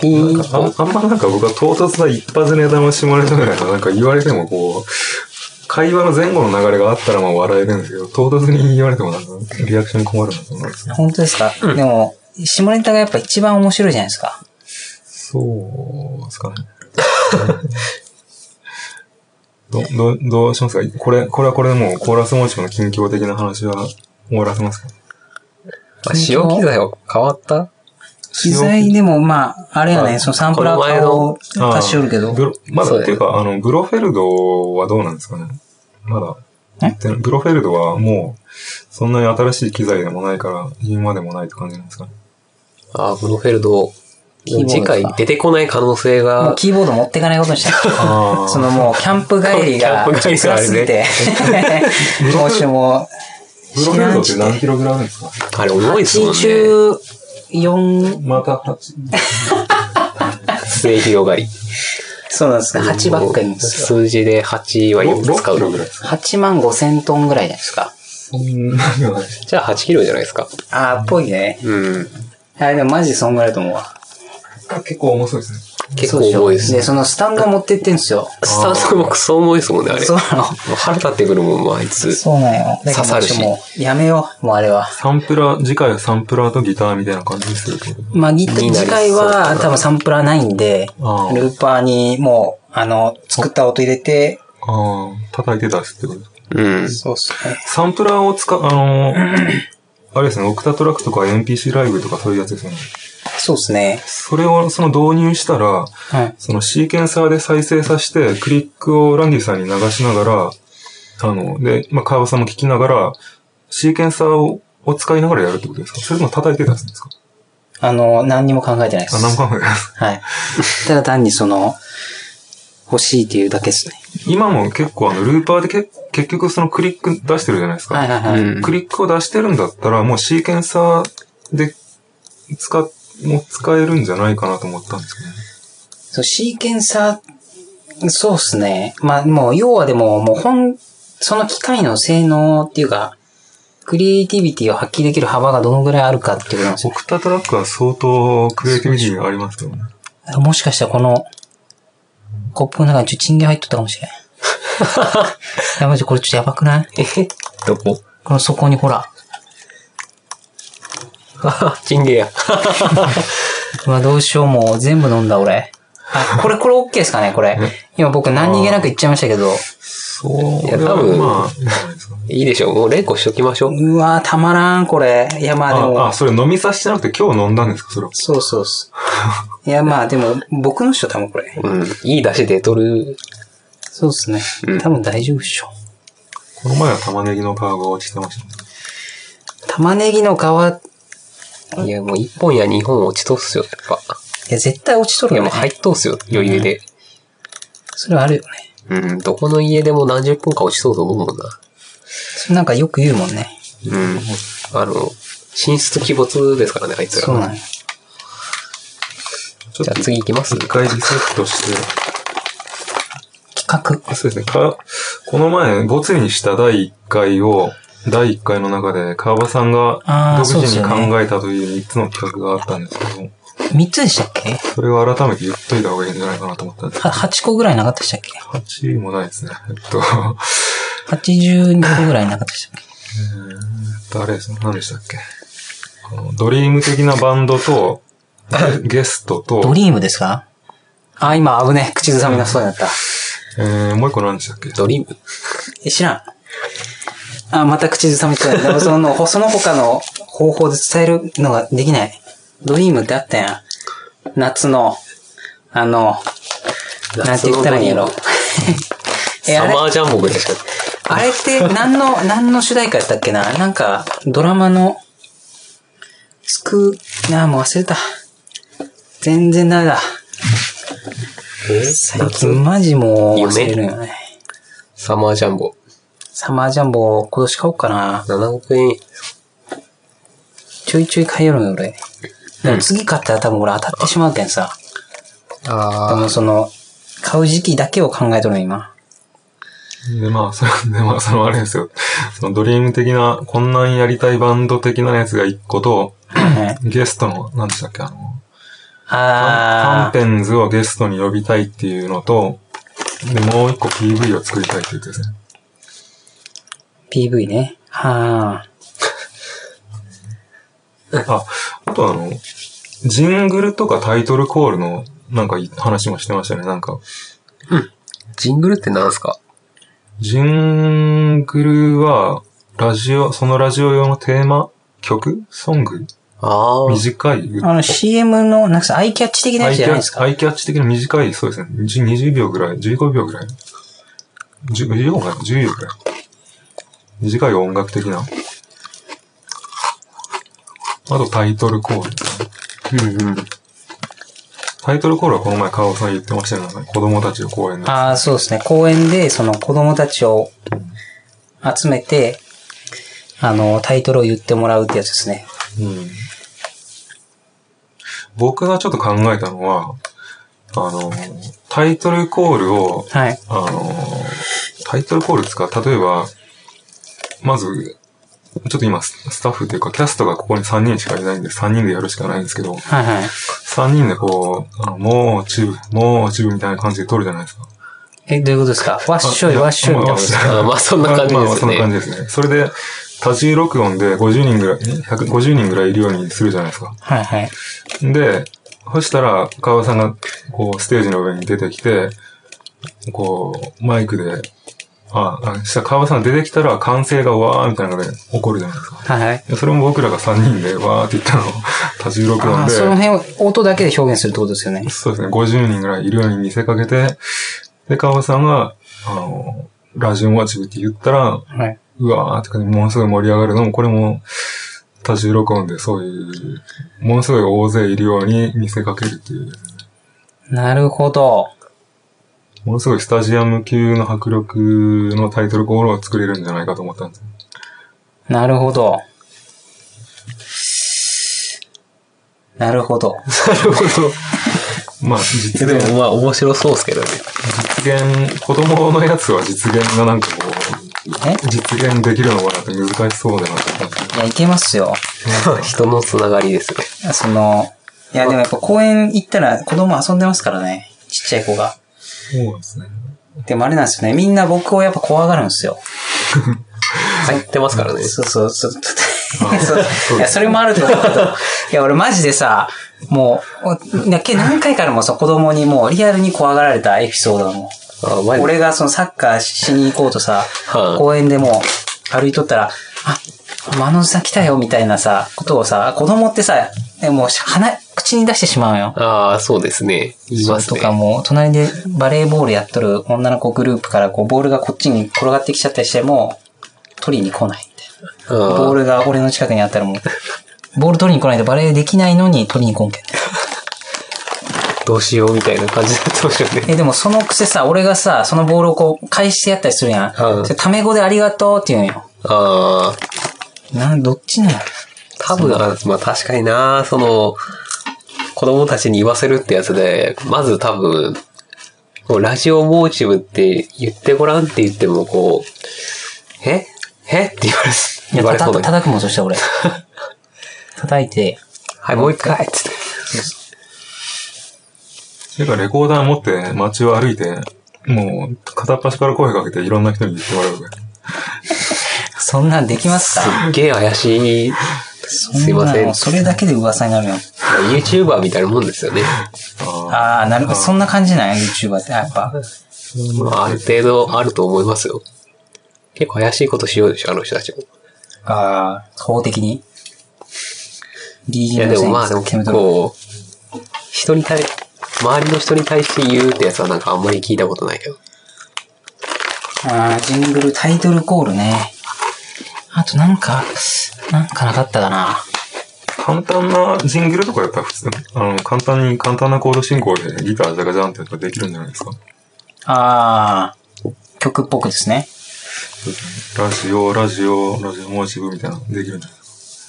S1: いい
S3: なんかあんあんまなんか僕は唐突な一発ネタの下ネタみたいな、なんか言われてもこう、会話の前後の流れがあったらまあ笑えるんですけど、唐突に言われてもなんかリアクションに困るなと思うんですね。
S1: 本当ですか、でも、下ネタがやっぱ一番面白いじゃないですか。
S3: そうですかね。 ど、ど、どうしますかこれ、これはこれでもうコーラスモーチの近況的な話は終わらせますか
S2: あ使用機材は変わった
S1: 機材でも、まあ、あれやね、
S2: あ
S1: そのサンプラー
S2: この前
S1: 化を
S2: の
S1: 足しよるけど。
S3: ブロま
S2: そう
S3: だ、
S2: だよ
S3: っていうか、あの、ブロフェルドはどうなんですかねまだ言ってない。ブロフェルドはもう、そんなに新しい機材でもないから、言うまでもないって感じなんですかね
S2: あ、ブロフェルド。
S1: キーボードか
S2: 次回出てこない可能性
S1: もう
S2: が、
S1: キーボード持ってかないことにした。
S3: あ
S1: そのもう、キャンプ帰りが
S2: キャンプ帰
S1: 辛
S2: りがあれね
S1: すぎて。どうしても、
S3: ブロフェルドって何キログラムですか
S2: あれ重いですもんね。
S1: 84、
S3: また8。
S2: 末広がり。
S1: そうなんですね。8ばっかりなんですよ。
S2: 数字で8はよく使
S3: 6キロ
S2: う
S3: ぐ。らいですか
S1: 8万5千トンぐらいじゃないですか。
S3: そんなにはない。
S2: じゃあ8キロじゃないですか。
S1: あーっぽいね。
S2: うん。
S1: あれでもマジそんぐらいだと思うわ。
S3: 結構重そうですね。
S2: 結構重いで
S1: そうしょ
S2: す
S1: で、
S2: ね。
S1: そのスタンド持ってってんすよ。
S2: スタンドもクソ重いですもんね、あれ。
S1: そう
S2: も
S1: なの。
S2: う腹立ってくるもん、もうあいつ。
S1: そうなんよ。だから
S2: 刺さるし
S1: もう、やめよう、もうあれは。
S3: サンプラー、次回はサンプラーとギターみたいな感じにするってこと
S1: まあ、ギ
S2: になりそう
S1: 次回は多分サンプラーないんで、ル
S3: あー
S1: ーパーにもう、あの、作った音入れて、
S3: ああ、叩いて出すってことですか
S2: うん。
S1: そうっすね。
S3: サンプラーを使う、あのーあれですね、オクタトラックとか NPC ライブとかそういうやつですよね。
S1: そうっすね。
S3: それを、その導入したら、
S1: はい。
S3: そのシーケンサーで再生させて、クリックをランディさんに流しながら、あの、で、まあ、川場さんも聞きながら、シーケンサーをを使いながらやるってことですかそれとも叩いて出すんですか
S1: あの、何にも考えてないです。
S3: あ、何考えます。
S1: はい。ただ単にその、欲しいっていうだけですね。
S3: 今も結構あの、ルーパーでけ結局そのクリック出してるじゃないですか。
S1: はいはいはい。
S2: うん
S3: クリックを出してるんだったら、もうシーケンサーで使っ、もう使えるんじゃないかなと思ったんですけどね。
S1: そう、シーケンサー、そうっすね。まあ、もう、要はでも、もう本、その機械の性能っていうか、クリエイティビティを発揮できる幅がどのぐらいあるかっていうことなんです
S3: オ
S1: よ。
S3: クタトラックは相当クリエイティビティがありますけどね。
S1: もしかしたらこの、コップの中にちょっとチンゲ入っとったかもしれん。やばい、これちょっとやばくない
S2: えどこ
S1: この底にほら。
S2: はは チンゲや。
S1: うわ、どうしよう、もう全部飲んだ、俺。あ、これ、これ OK ですかね、これ。今僕何気なく言っちゃいましたけど。
S3: そう。
S2: いや多分
S3: まあ、いいんじゃないですか。
S2: いいでしょう。もう0個しときましょう。
S1: うわたまらん、これ。いや、まあでも。
S3: あ、あ、それ飲みさせてなくて今日飲んだんですかそれは。
S1: そうそうっす。いや、まあでも、僕の人多分これ。
S2: うん。いい出汁で取る。
S1: そうっすね。多分大丈夫っしょ。
S3: この前は玉ねぎの皮が落ちてましたね。
S1: 玉ねぎの皮、い
S2: いや、もう1本や2本落ちとっすよ、やっぱ。
S1: や、絶対落ちと
S2: い
S1: る
S2: や、
S1: よ
S2: も
S1: ね
S2: う。入っとうっすよ、余裕で。
S1: それはあるよね。
S2: うん。どこの家でも何十本か落ちそうと思うもんな。
S1: それなんかよく言うもんね。
S2: うん。あの、寝室鬼没ですからね、あいつら。
S1: そうなんや。
S3: ちょ
S2: じゃあ
S3: っと
S2: 次行きます
S3: 一回リセットして。
S1: 企画。
S3: そうですね。か、この前、没にした第1回を、第1回の中で、川場さん
S1: あー
S3: が独自
S1: そう
S3: に
S1: ですよね
S3: 考えたという3つの企画があったんですけど、そ,、
S1: 3つでしたっけ
S3: れは改めて言っといた方がいいんじゃないかなと思ったんですけ
S1: は8個ぐらいなかったでしたっけ
S3: ど、8もないですね。えっと、
S1: ?82 個ぐらいなかったでしたっけ
S3: 誰ですね何でしたっけあのドリーム的なバンドと、ゲストと
S1: ド、リームですかあ、今危ねえ。口ずさみなそうになった。
S3: えー、もう一個何でしたっけ
S2: ドリーム。
S1: え、知らん。あ、また口ずさみそうになった。でもその、ほその他の方法で伝えるのができない。ドリームってあったやん。夏の、あの、なんて言ったらいいんやろ。 え、
S2: サ
S1: あれ、
S2: マージャンボぐらいしか。
S1: あれって何の、何の主題歌やったっけななんか、ドラマの、つく、なあ、もう忘れた。全然ダメだ。
S2: え
S1: 最近マジもう忘れるよね。
S2: サマージャンボ。
S1: サマージャンボ、今年買おうかな。
S2: 7億円。
S1: ちょいちょい買いよるのよ、俺。でも次買ったら多分俺当たってしまうけんさ。多
S2: あ
S1: 分その、買う時期だけを考えとるの今。
S3: で、まあ、それ で、まあ、そのあれですよ。そのドリーム的な、こんなんやりたいバンド的なやつが一個と、
S1: はい
S3: ゲストの、なんでしたっけ、あの、カン
S1: あ
S3: ペンズをゲストに呼びたいっていうのと、で、もう一個 PV を作りたいって言ってですね。
S1: ー、PV ね。はあ。
S3: あ、あとあの、ジングルとかタイトルコールの、なんかい話もしてましたね。なんか、
S2: ジングルってなんすか
S3: ジングルは、ラジオ、そのラジオ用のテーマ曲ソング
S2: ああ。
S3: 短い歌
S1: あの CM の、なんかさアイキャッチ的な
S3: ア
S1: やつ
S3: イキ
S1: じゃない
S3: ャ
S1: で
S3: ッ
S1: す
S3: チ、
S1: か。
S3: アイキャッチ的な短い、そうですね。じ20秒ぐらい、15秒ぐらい。10 15秒かな ?10 秒ぐらい。短い音楽的な。あとタイトルコール。
S2: うんうん。
S3: タイトルコールはこの前川尾さん言ってましたよね。子供たちを公園で。
S1: ああ、そうですね。公園で、その子供たちを集めて、あの、タイトルを言ってもらうってやつですね。
S3: うん僕がちょっと考えたのは、あの、タイトルコールを、
S1: はい。
S3: あの、タイトルコールですか例えば、まず、ちょっと今、ススタッフというか、キャストがここに3人しかいないんで、3人でやるしかないんですけど、
S1: はいはい。
S3: 3人でこう、あのもう落ちる、もう落ちるみたいな感じで撮るじゃないですか。
S1: え、どういうことですかわっしょい
S3: あ
S1: わっしょいみたいなことですか
S2: あまあそんな感じですね
S3: まあまあそんな感じですね。それで、多重録音で50人ぐらい、150人ぐらいいるようにするじゃないですか。
S1: はいはい。
S3: で、そしたら、川尾さんが、こう、ステージの上に出てきて、こう、マイクで、あ、あしたら川尾さんが出てきたら、歓声がわーみたいなので起こるじゃないですか。
S1: はいはい。
S3: でそれも僕らが3人で、わーって言ったのを、 多重録
S1: あ
S3: 音
S1: あ、
S3: で、
S1: その辺を音だけで表現するってことですよね。
S3: そうですね、50人ぐらいいるように見せかけて、で、川尾さんが、あの、ラジオモチブって言ったら、
S1: はい。
S3: うわーってか、ものすごい盛り上がるのも、これも、多重録音でそういう、ものすごい大勢いるように見せかけるっていう。
S1: なるほど。
S3: ものすごいスタジアム級の迫力のタイトルコールを作れるんじゃないかと思ったんですよ。
S1: なるほど。なるほど。
S2: なるほど。
S3: まあ、実
S2: で
S3: 現、
S2: もまあ面白そうです けどね。
S3: 実現、子供のやつは実現がなんかこ
S1: え
S3: う、実現できるのかなって難しそうだなと思ったんです
S1: いや、いけますよ。
S2: 人のつながりですね。
S1: その、いや、でもやっぱ公園行ったら子供遊んでますからね。ちっちゃい子が。
S3: けど。そうですね。
S1: でもあれなんですよね。みんな僕をやっぱ怖がるんですよ。
S2: 入ってますからね。
S1: そうそう、そう。 そういや、それもあると思うけど。いや、俺マジでさ、もう、おいやけ何回からもさ、子供にもうリアルに怖がられたエピソードだもん。
S2: あ、マジで
S1: 俺がそのサッカーしに行こうとさ
S2: は、い
S1: 公園でもう歩いとったら、あ、あのおじさん来たよみたいなさ、ことをさ、子供ってさ、えもう鼻、口に出してしまうよ。
S2: ああ、そうですね。います
S1: と
S2: ね。
S1: かもう、隣でバレーボールやっとる女の子グループから、こう、ボールがこっちに転がってきちゃったりしても、取りに来ないみたいな。
S2: あー
S1: ボールが俺の近くにあったらもう、ボール取りに来ないとバレーできないのに取りに来んけん。
S2: どうしようみたいな感じだったんですよね。
S1: え、でもそのくせさ、俺がさ、そのボールをこう、返してやったりするやん。
S2: うん
S1: それタメ語でありがとうって言うんよ。
S2: ああ、
S1: なん、どっちなの
S2: 多分、まあ確かにな、その、子供たちに言わせるってやつで、まず多分、こうラジオモーチブって言ってごらんって言っても、こう、ええって言われ、
S1: いや、
S2: 言われそ
S1: 叩
S2: うだ
S1: く、
S2: ね。
S1: 叩くもん、そした ら俺。叩いて、
S2: はい、もう一回っつって。
S3: それからレコーダー持って街を歩いて、もう片っ端から声かけていろんな人に言ってもらうぐらい。
S1: そんなんできます
S2: す
S1: か
S2: っげえ怪しい。すいま
S1: そ
S2: せ
S1: なんの。それだけで噂になるよ。
S2: YouTuber みたいなもんですよね。
S3: あ
S1: ああ、なるほど。そんな感じなんや、YouTuber って。あやっぱ。
S2: まあ、ある程度あると思いますよ。結構怪しいことしようでしょ、あの人たちも。
S1: ああ、法的に。リ
S2: い
S1: ー
S2: や、
S1: グの
S2: で
S1: 線
S2: もまあ、でも
S1: 決めと
S2: 結
S1: る
S2: 構、人に対、周りの人に対して言うってやつはなんかあんまり聞いたことないけど。
S1: ああ、ジングル、タイトルコールね。あとなんか、なんかなかったかな。
S3: あ簡単なジングルとかやったら普通、あの、簡単に、簡単なコード進行でギタージャカジャンってやったらできるんじゃないですか。
S1: ああ、曲っぽくですね。
S3: そうですねラジオ、ラジオ、ラジオモーチブみたいなのできるんじゃないです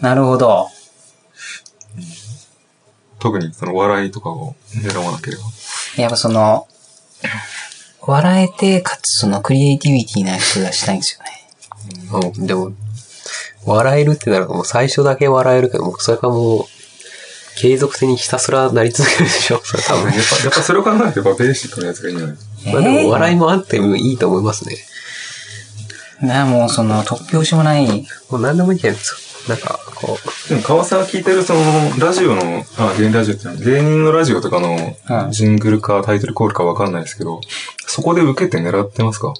S3: か。
S1: なるほど。
S3: 特にその笑いとかを狙わなければ。
S1: やっぱその、笑えて、かつそのクリエイティビティな人がしたいんですよね。
S2: うん、でも、笑えるってなるともう最初だけ笑えるけど、もうそれかもう、継続的にひたすらなり続けるでしょ それ多分
S3: やっ。ぱ、やっぱそれを考えるとやっぱベーシックなやつがいいんじゃない
S2: まあで
S1: えー
S2: も笑いもあってもいいと思いますね。
S1: なあ、もうその、突拍子もない。
S2: もう何でもいいじゃないですか。なんか、こ
S3: でも、川沢聞いてるその、ラジオの、あ、芸人ラジオっていうの芸人のラジオとか
S1: う
S3: の
S1: ん
S3: ジングルかタイトルコールかわかんないですけど、そこで受けて狙ってますか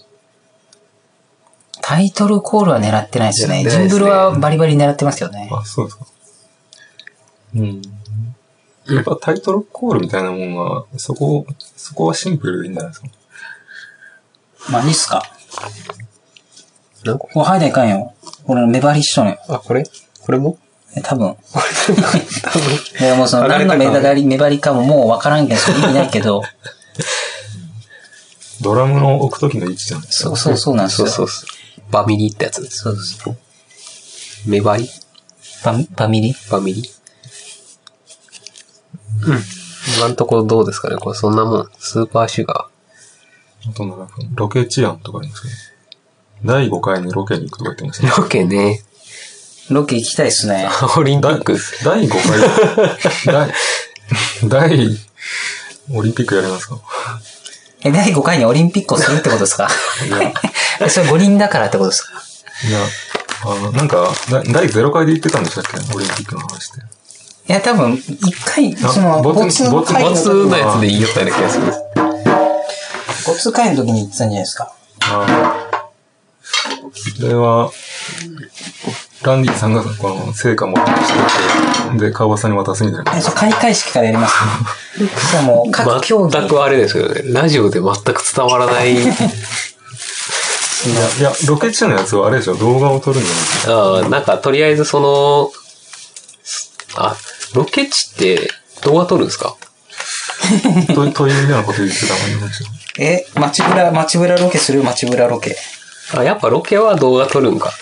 S1: タイトルコールは狙ってないですよね。
S2: 狙って
S1: ジ
S2: ない
S1: ン
S2: ですね
S1: グルはバリバリ狙ってますよね。
S3: あ、そうですか。うん。やっぱタイトルコールみたいなもんは、そこ、そこはシンプルでいいんじゃないですか
S1: まあ、いいっすか。
S2: う、なんか、
S1: これ入らないかんよ。俺の目張りしとんよ。
S2: あ、これこれも
S1: え多分。
S2: 多分。
S1: いや、もうその、
S2: 離れ
S1: 何
S2: た
S1: の
S2: か
S1: 目張り、目張りかももうわからんけど、それ意味ないけど、
S3: ドラムの置くときの位置じゃないですか。
S1: そうそうそうなんです
S2: そう
S1: よ。
S2: そうそう。バミリってやつです。
S1: そうです。
S2: メバリ
S1: バ、バミリ
S2: バミリうん。今んとこどうですかねこれそんなもん。スーパーシュガ
S3: あと7分。ロケ治安とかありますけど。第5回にロケに行くとか言ってましたね。
S2: ー。ロケね。
S1: ロケ行きたいっすね。
S2: オリンピック。
S3: 第5回。第、第、オリンピックやりますか
S1: え、第5回にオリンピックをするってことですか
S3: いや、いや、
S1: え それ五輪だからってことですか
S3: あの、なんか、だ第0回で言ってたんでしたっけオリンピックの話って。
S1: いや、多分、一回、
S3: あ
S1: その、
S3: 没
S1: ボツ
S3: 没
S1: 会の
S2: ボ
S1: 時
S2: ツのやつで言いよったような気がする。
S1: ボツ会の時に言ってたんじゃないですか。
S3: あーそれは、ランディさんがこの成果持ってきてて、で、川端さんに渡すみたいな。
S1: え、そう、開会式からや ります、ね。そう、もう、各競技
S2: 全、くあれですよね。ラジオで全く伝わら ない。
S3: いや、いやロケ中のやつはあれでしょ、動画を撮るんじゃないです
S2: あーなんか、とりあえずその、あ、ロケ地って動画撮るんですか
S3: か。とというようなこと言ってたもんね。
S1: え、街ぶら、街ぶらロケする街ぶらロケ。
S2: あ、やっぱロケは動画撮るんか。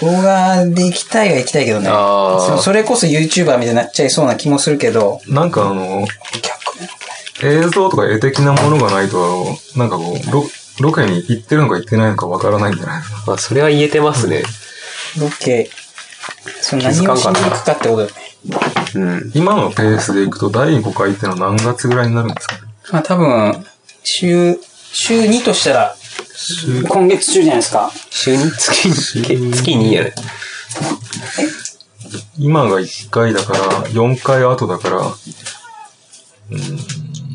S1: 動画で行きたいは行きたいけどね。
S2: あー
S1: そそれこそ YouTuber みたいになっちゃいそうな気もするけど、
S3: なんかあの、
S1: 逆
S3: 映像とか絵的なものがないと、なんかこう、ロロケに行ってるのか行ってないのかわからないんじゃないですか。
S2: まあ、それは言えてますね。
S1: ロケ、その
S2: 気づ
S1: 何
S2: か
S1: を
S2: ん
S1: し
S2: か
S1: に
S2: な
S1: 行くかってことだよね。
S2: うん。
S3: 今のペースで行くと第5回ってのは何月ぐらいになるんですかね
S1: まあ多分、週、週2としたら、
S3: 週、
S1: 今月中じゃないですか。
S2: 週に月に、月にやね。
S3: 今が1回だから、4回後だから、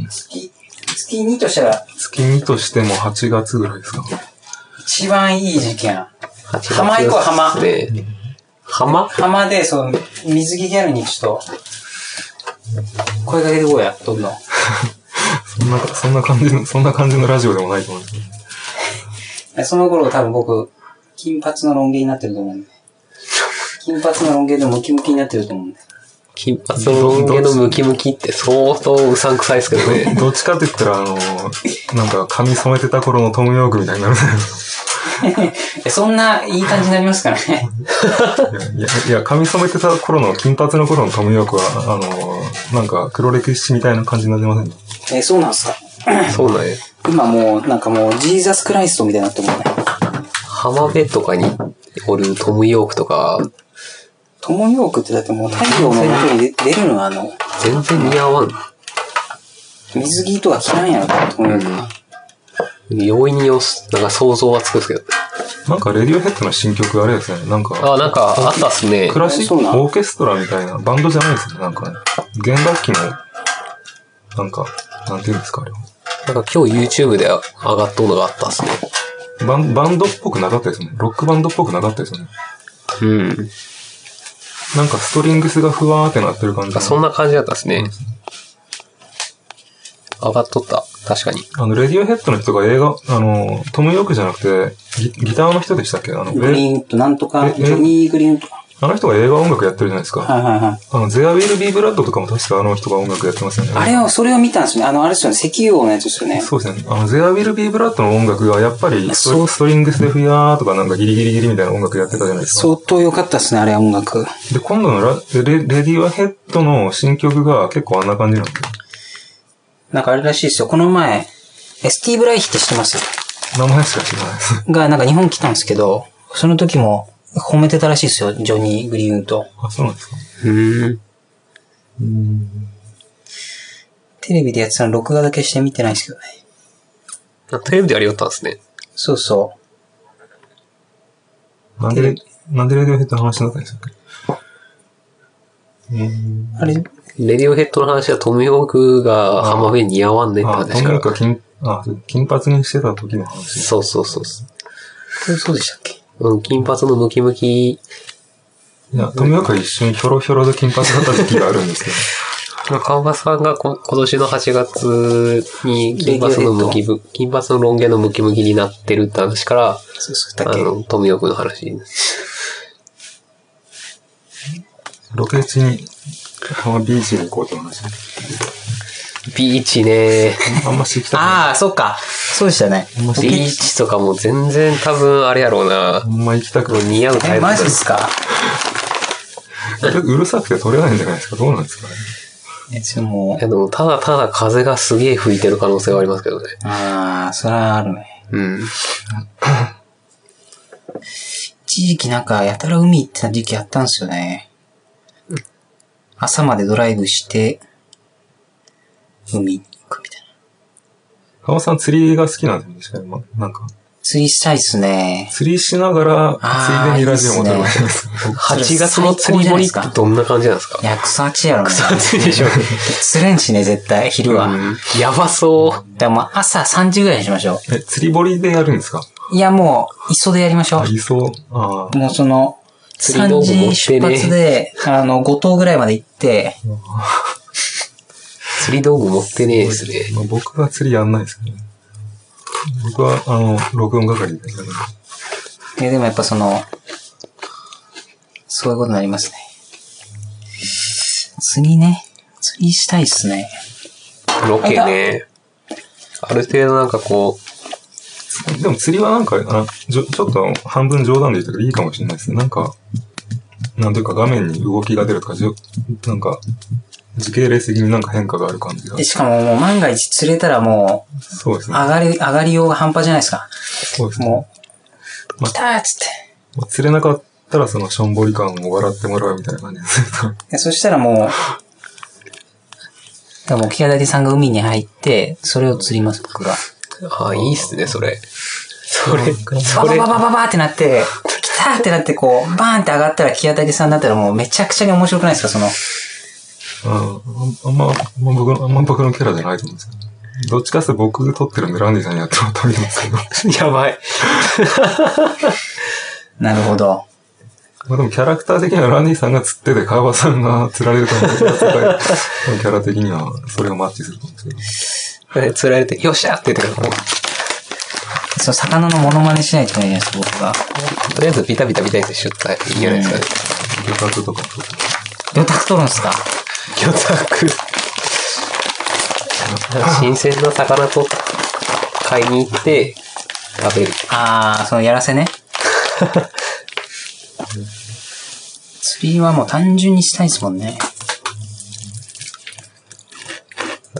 S1: 月、月2としたら、
S3: 月2としても8月ぐらいですか。
S1: 一番いい時期やな。
S2: 八
S1: 浜行こう浜
S2: で、浜
S1: 浜で、その、水着ギャルにちょっと、声かけてこうや、どんどん。
S3: そんな、そんな感じの、そんな感じのラジオでもないと思うんですけど。
S1: その頃多分僕、金髪のロン毛になってると思うんで。金髪のロン毛でムキムキになってると思うんで。
S2: 金髪のロン毛のムキムキって相当うさんくさいですけど ね。
S3: どっちかって言ったら、あの、なんか髪染めてた頃のトムヨークみたいになるね。
S1: えそんないい感じになりますからね。
S3: いや、いや、髪染めてた頃の、金髪の頃のトムヨークは、あの、なんか黒歴史みたいな感じになってませんか
S1: え、そうなんすか
S2: そうなんや。
S1: 今もう、なんかもう、ジーザスクライストみたいになってもうね。
S2: 浜辺とかにおるトムヨークとか、
S1: トモヨークってだってもう太陽の元に出出るのはあの、
S2: 全然似合わん。
S1: 水着とか着ないやろ、トモヨークは。
S2: 容易によす、なんか想像はつくんですけど。
S3: なんか、レディオヘッドの新曲あれですね。なんか、
S2: あ、なんかあったっすね
S3: ク。ラシック
S1: そうなん
S3: オーケストラみたいな、バンドじゃないですね。なんか、ね、弦楽器の、なんか、なんていうんですか、あれは
S2: なんか今日 YouTube で上がっとうのがあったっすね。
S3: バンバンドっぽくなかったですね。ロックバンドっぽくなかったですね。
S2: うん。
S3: なんか、ストリングスがふわーってなってる感じ
S2: あ
S3: の。
S2: そんな感じだったっすね。上がっとった。確かに。
S3: あの、レディオヘッドの人が映画、あの、トムヨークじゃなくて、ギギターの人でしたっけあの、
S1: グリ
S3: え
S1: ーンとなんとか、
S3: え
S1: ジョニー・グリーンとか。
S3: あの人が映画音楽やってるじゃないですか。
S1: はいはいはい。
S3: あの、ゼアウィル・ビー・ブラッドとかも確かあの人が音楽やってますよね。
S1: あれを、それを見たんですよね。あの、あれですよね、石油王のやつですよね。
S3: そうですね。あの、ゼアウィル・ビー・ブラッドの音楽がやっぱりス
S1: そ
S3: ト、
S1: う
S3: ストリングスでフィアーとかなんかギリギリギリみたいな音楽やってたじゃないですか。
S1: 相当良かったですね、あれ音楽。
S3: で、今度のラレレディオヘッドの新曲が結構あんな感じなんですよ。
S1: なんかあれらしいですよ。この前、えスティーブ・ライヒって知ってます
S3: 名前しか知らないです。
S1: が、なんか日本来たんですけど、その時も褒めてたらしいですよ、ジョニー・グリーンと。
S3: あ、そうなんですか。
S2: うん。
S1: テレビでやってたの録画だけして見てないんですけどね。
S2: あテレビでやりよったんですね。
S1: そうそ
S3: なんで、なんでレディオヘッドの話になったんでしたっけえー、
S1: う。あれ、
S2: レディオヘッドの話はトム・ヨークが浜辺に似合わんねって
S3: あ、と
S2: 話
S3: に
S2: か。
S3: からく金、あ、金髪にしてた時の話。
S2: そうそうそうそう。
S1: そうでしたっけ
S2: うん、金髪のムキムキ、
S3: いや、富岡一瞬ひょろひょろで金髪だった時期があるんですけど。
S2: まあ川場さんがこ今年の8月に金髪のムキムキ、金髪のロン毛のムキムキになってるって話から、
S1: そうそう、だっ
S2: あ
S1: け
S2: の、富岡の話に。
S3: ロケ地に、あビーチに行こうって話。
S2: ビーチね。
S3: あんましてきたくない。
S1: ああ、そっか。そうでしたね。
S2: ビーチとかも全然多分あれやろうな
S3: あ。んま行きたく
S2: もう
S3: ない。
S2: 似合うタ
S1: え、
S2: イプだ
S1: マジですか
S3: うるさくて取れないんじゃないですか。どうなんですかね。
S1: え、ちょっとも
S2: いやでもただただ風がすげえ吹いてる可能性がありますけどね。
S1: う、ああ、それはあるね。
S2: うん。
S1: 一時期なんか、やたら海行ってた時期あったんですよね。朝までドライブして、海に行くみたいな。
S3: カオさん釣りが好きなんですよね。まあなんか、
S1: 釣りしたいっすね。
S3: 釣りしながら、
S1: あー
S3: ついでにラジオも撮るわけです。
S2: 8月の釣り堀ってどんな感じなんですか
S1: いや、草地やろね。
S2: 草地でしょ。
S1: 釣れんしね、絶対、昼は。
S2: うん やばそう。
S1: だからもう朝3時ぐらいにしましょ
S3: え、釣り堀でやるんですか
S1: う。いや、もう、磯でやりましょ
S3: ありそう。あ
S1: う。もうその、
S2: 釣り
S1: 3
S2: 道具持
S1: 時出
S2: ってね
S1: 発で、あの、5島ぐらいまで行って、
S2: 釣り道具持ってねえですね
S3: あ、。まあ僕は釣りやんないですけどね。僕は、あの、録音係でやる。
S1: えでもやっぱその、そういうことになりますね。釣りね。釣りしたいっすね。
S2: ロケね。ある程度なんかこ
S3: でも釣りはなんか、あちょちょっと半分冗談で言ったけどいいかもしれないですね。なんか、なんていうか画面に動きが出るとか、じょなんか、時系列的になんか変化がある感じが
S1: で、。しかももう万が一釣れたらもう、
S3: そうですね。
S1: 上がり、上がりようが半端じゃないですか。
S3: そうですね。
S1: もう、
S3: ま
S1: 来たーっつって。
S3: まあ釣れなかったらそのしょんぼり感を笑ってもらうみたいな感じですると。
S1: でそしたら もう、でも、木屋谷さんが海に入って、それを釣ります、僕が。
S2: う、ああ、いいっすね、それ。それ、そ
S1: ババ
S2: れ
S1: バ、バババーってなって、来たーってなって、こう、バーンって上がったら木屋谷さんだったらもうめちゃくちゃに面白くないですか、その。
S3: うん。あんま、あんま僕の、あんま僕のキャラじゃないと思うんですけど。どっちかっていうと僕撮ってるんでランディさんにやってもらったんですけど。
S2: やばい。
S1: なるほど。
S3: まあでもキャラクター的にはランディさんが釣ってて、川場さんが釣られると思うんですけど、 キャラ的にはそれがマッチすると思うんです
S2: 釣られて、よっしゃって言ってから、もう
S1: その魚のモノマネしないといけないじゃないですか、僕が。
S2: とりあえずビタビタビタってしゅったらいいんじゃないですかね。
S3: けど、漁獲とかもそう
S1: 魚拓取るんですか
S2: 魚拓。新鮮な魚と買いに行って食べる。
S1: あー、そのやらせね。釣りはもう単純にしたいですもんね。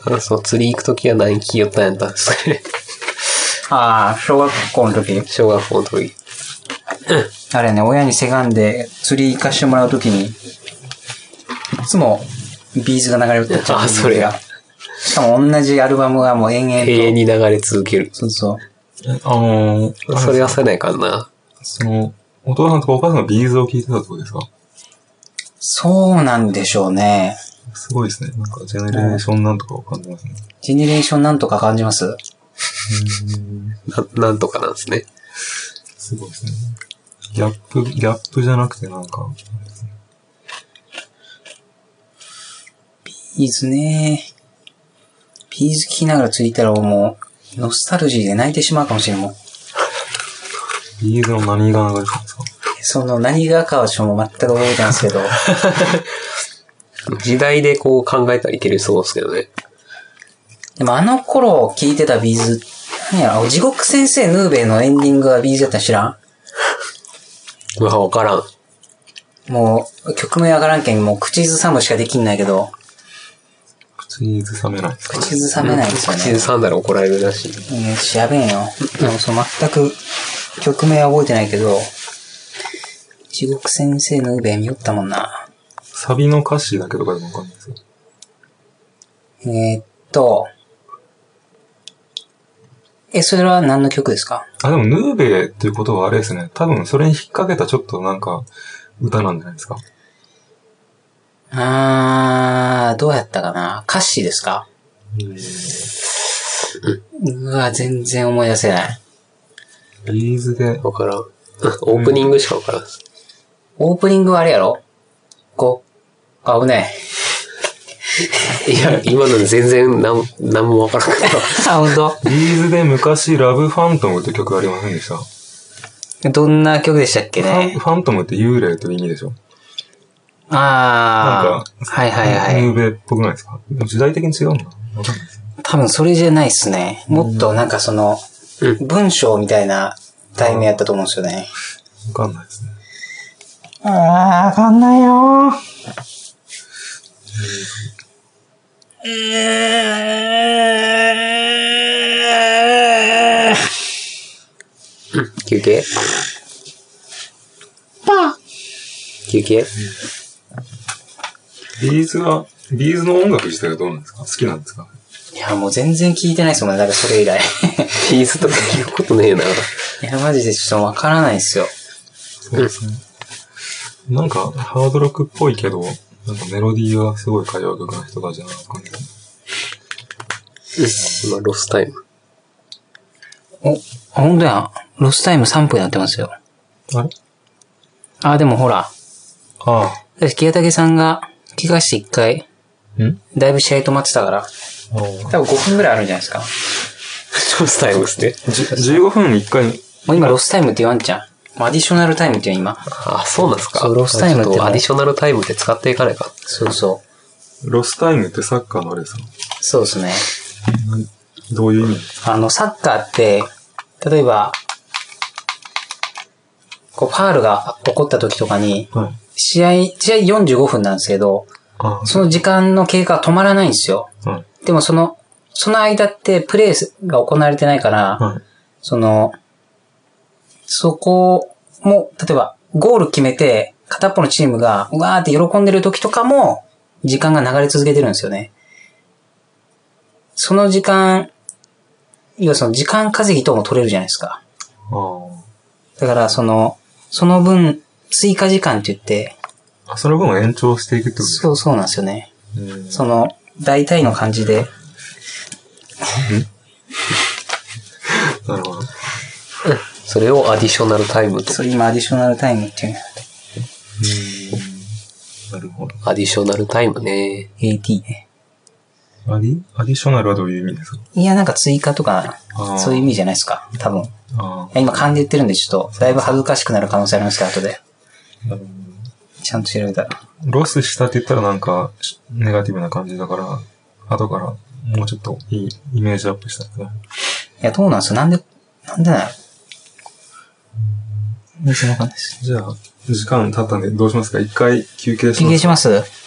S2: あのその釣り行くときは何着よったんやったんですかね。
S1: あー、小学校の時。
S2: 小学校の時。
S1: あれね、親にせがんで釣り行かしてもらうときに、いつもビーズが流れるってちゃう
S2: あそれや。
S1: しかも同じアルバムがもう延々と。
S2: 永遠に流れ続ける。
S1: そうそう。
S3: えあのー、
S2: それはせないかんな。
S3: その、お父さんとかお母さんがビーズを聞いてたってことですか
S1: そうなんでしょうね。
S3: すごいですね。なんか、ジェネレーションなんとかを感じますね。
S1: ジェネレーションなんとか感じます
S2: ななんとかなんですね。
S3: すごいですね。ギャップ、ギャップじゃなくてなんか、
S1: いいですね。ビーズ聴きながら釣り行ったらもう、ノスタルジーで泣いてしまうかもしれんもん。
S3: ビーズの何が流れてたんですか
S1: その何がかはちょっともう全く覚えてないんですけ ど。
S2: 時代でこう考えたらいけるそうですけどね。
S1: でもあの頃聞いてたビーズ、何やろ、地獄先生ヌーベイのエンディングがビーズやったら知らん
S2: うわ、わからん。
S1: もう、曲名わからんけん、もう口ずさむしかできんないけど、
S3: 口にずさめないですか
S1: 口ずさめないですよ
S2: 口
S1: ね
S2: ず。さんだら怒られるらしい。
S1: うん、ちやべえよ。でもその全く曲名は覚えてないけど、地獄先生のうべ見よったもんな。
S3: サビの歌詞だけとかでもわかんないですよ。
S1: えー、っと、え、それは何の曲ですか
S3: あ、でも、ヌーベーっていうことはあれですね。多分、それに引っ掛けたちょっとなんか、歌なんじゃないですか。
S1: あー、どうやったかな歌詞ですかうわ、全然思い出せない。
S3: ビーズで、
S2: わからん。 オープニングしかわからん。
S1: オープニングはあれやろこう、あ、危ね
S2: いや、今の全然なん、なんもわからんかっ
S1: え。 あ、ほんと
S3: ビーズで昔、ラブファントムって曲ありませんでした、
S1: どんな曲でしたっけ
S3: ファン
S1: ね
S3: ファントムって幽霊という意味でしょ
S1: あー。はいはいはい。
S3: ヌーベーっぽくないですかでも時代的に違うんだ。わかんないです。
S1: 多分それじゃないっすね。もっとなんかその、文章みたいな題名やったと思うんですよね。
S3: わかんないですね。
S4: ああ、わかんないよ
S2: た。休憩休憩
S3: ビーズは、ビーズの音楽自体はどうなんですか好きなんですか
S1: いや、もう全然聞いてないっすもんね。だからそれ以来。
S2: ピースとか言うことねえな。
S1: いや、マジでちょっとわからないっすよ。
S3: そうですね。なんか、ハードロックっぽいけど、なんかメロディーはすごい歌謡曲の人たちだなって感じ。
S2: 今、ロスタイム。
S1: お、ほんとや。ロスタイム3分になってますよ。
S3: あれ
S1: あ、でもほら。
S3: あ
S1: 私、清武さんが、怪我して一回、
S3: あ。ん
S1: だいぶ試合止まってたから、
S3: ああ。
S1: 多分5分ぐらいあるんじゃないですか。
S2: ロスタイムですね。
S3: じ15分に1回、
S1: もう今、ロスタイムって言わんじゃん。もうアディショナルタイムって言う今。
S2: あ、そうなんですか。
S1: そうロスタイムって
S2: ちょっとアディショナルタイムって使っていかないか。
S1: そうそう。
S3: ロスタイムってサッカーのあれですか
S1: そうですね。
S3: どういう意味
S1: あの、サッカーって、例えば、こう、ファールが起こった時とかに、
S3: はい。
S1: 試合、試合45分なんですけど、
S3: あ
S1: その時間の経過は止まらないんですよ。
S3: あ。はい。
S1: でもその、その間ってプレーが行われてないから、
S3: はい。
S1: その、そこも、例えば、ゴール決めて、片っぽのチームが、うわーって喜んでる時とかも、時間が流れ続けてるんですよね。その時間、要はその時間稼ぎとも取れるじゃないですか。
S3: あ
S1: だから、その、その分、追加時間って言って、
S3: あ。あその分を延長していくってこと
S1: そうそうなんですよね。
S3: うん
S1: その、大体の感じで、
S3: なるほど。
S2: それをアディショナルタイムと。
S1: そう、今アディショナルタイムっていうの、
S3: なるほど。
S2: アディショナルタイムね。
S1: AT ね。
S3: アディ、アディショナルはどういう意味ですか
S1: いや、なんか追加とか
S3: あー、
S1: そういう意味じゃないですか。多分。
S3: あ
S1: いや今勘で言ってるんで、ちょっと、だいぶ恥ずかしくなる可能性ありますけど、後で。
S3: あ。なるほど
S1: ちゃんと調べたら。
S3: ロスしたって言ったらなんか、しネガティブな感じだから、後からもうちょっといいイメージアップしたんですね。
S1: いや、どうなんすかなんで、なんでなの全然わかんないです。
S3: じゃあ、時間経ったんでどうしますか一回休憩し
S1: 休
S3: ま
S1: 憩
S3: す。
S1: します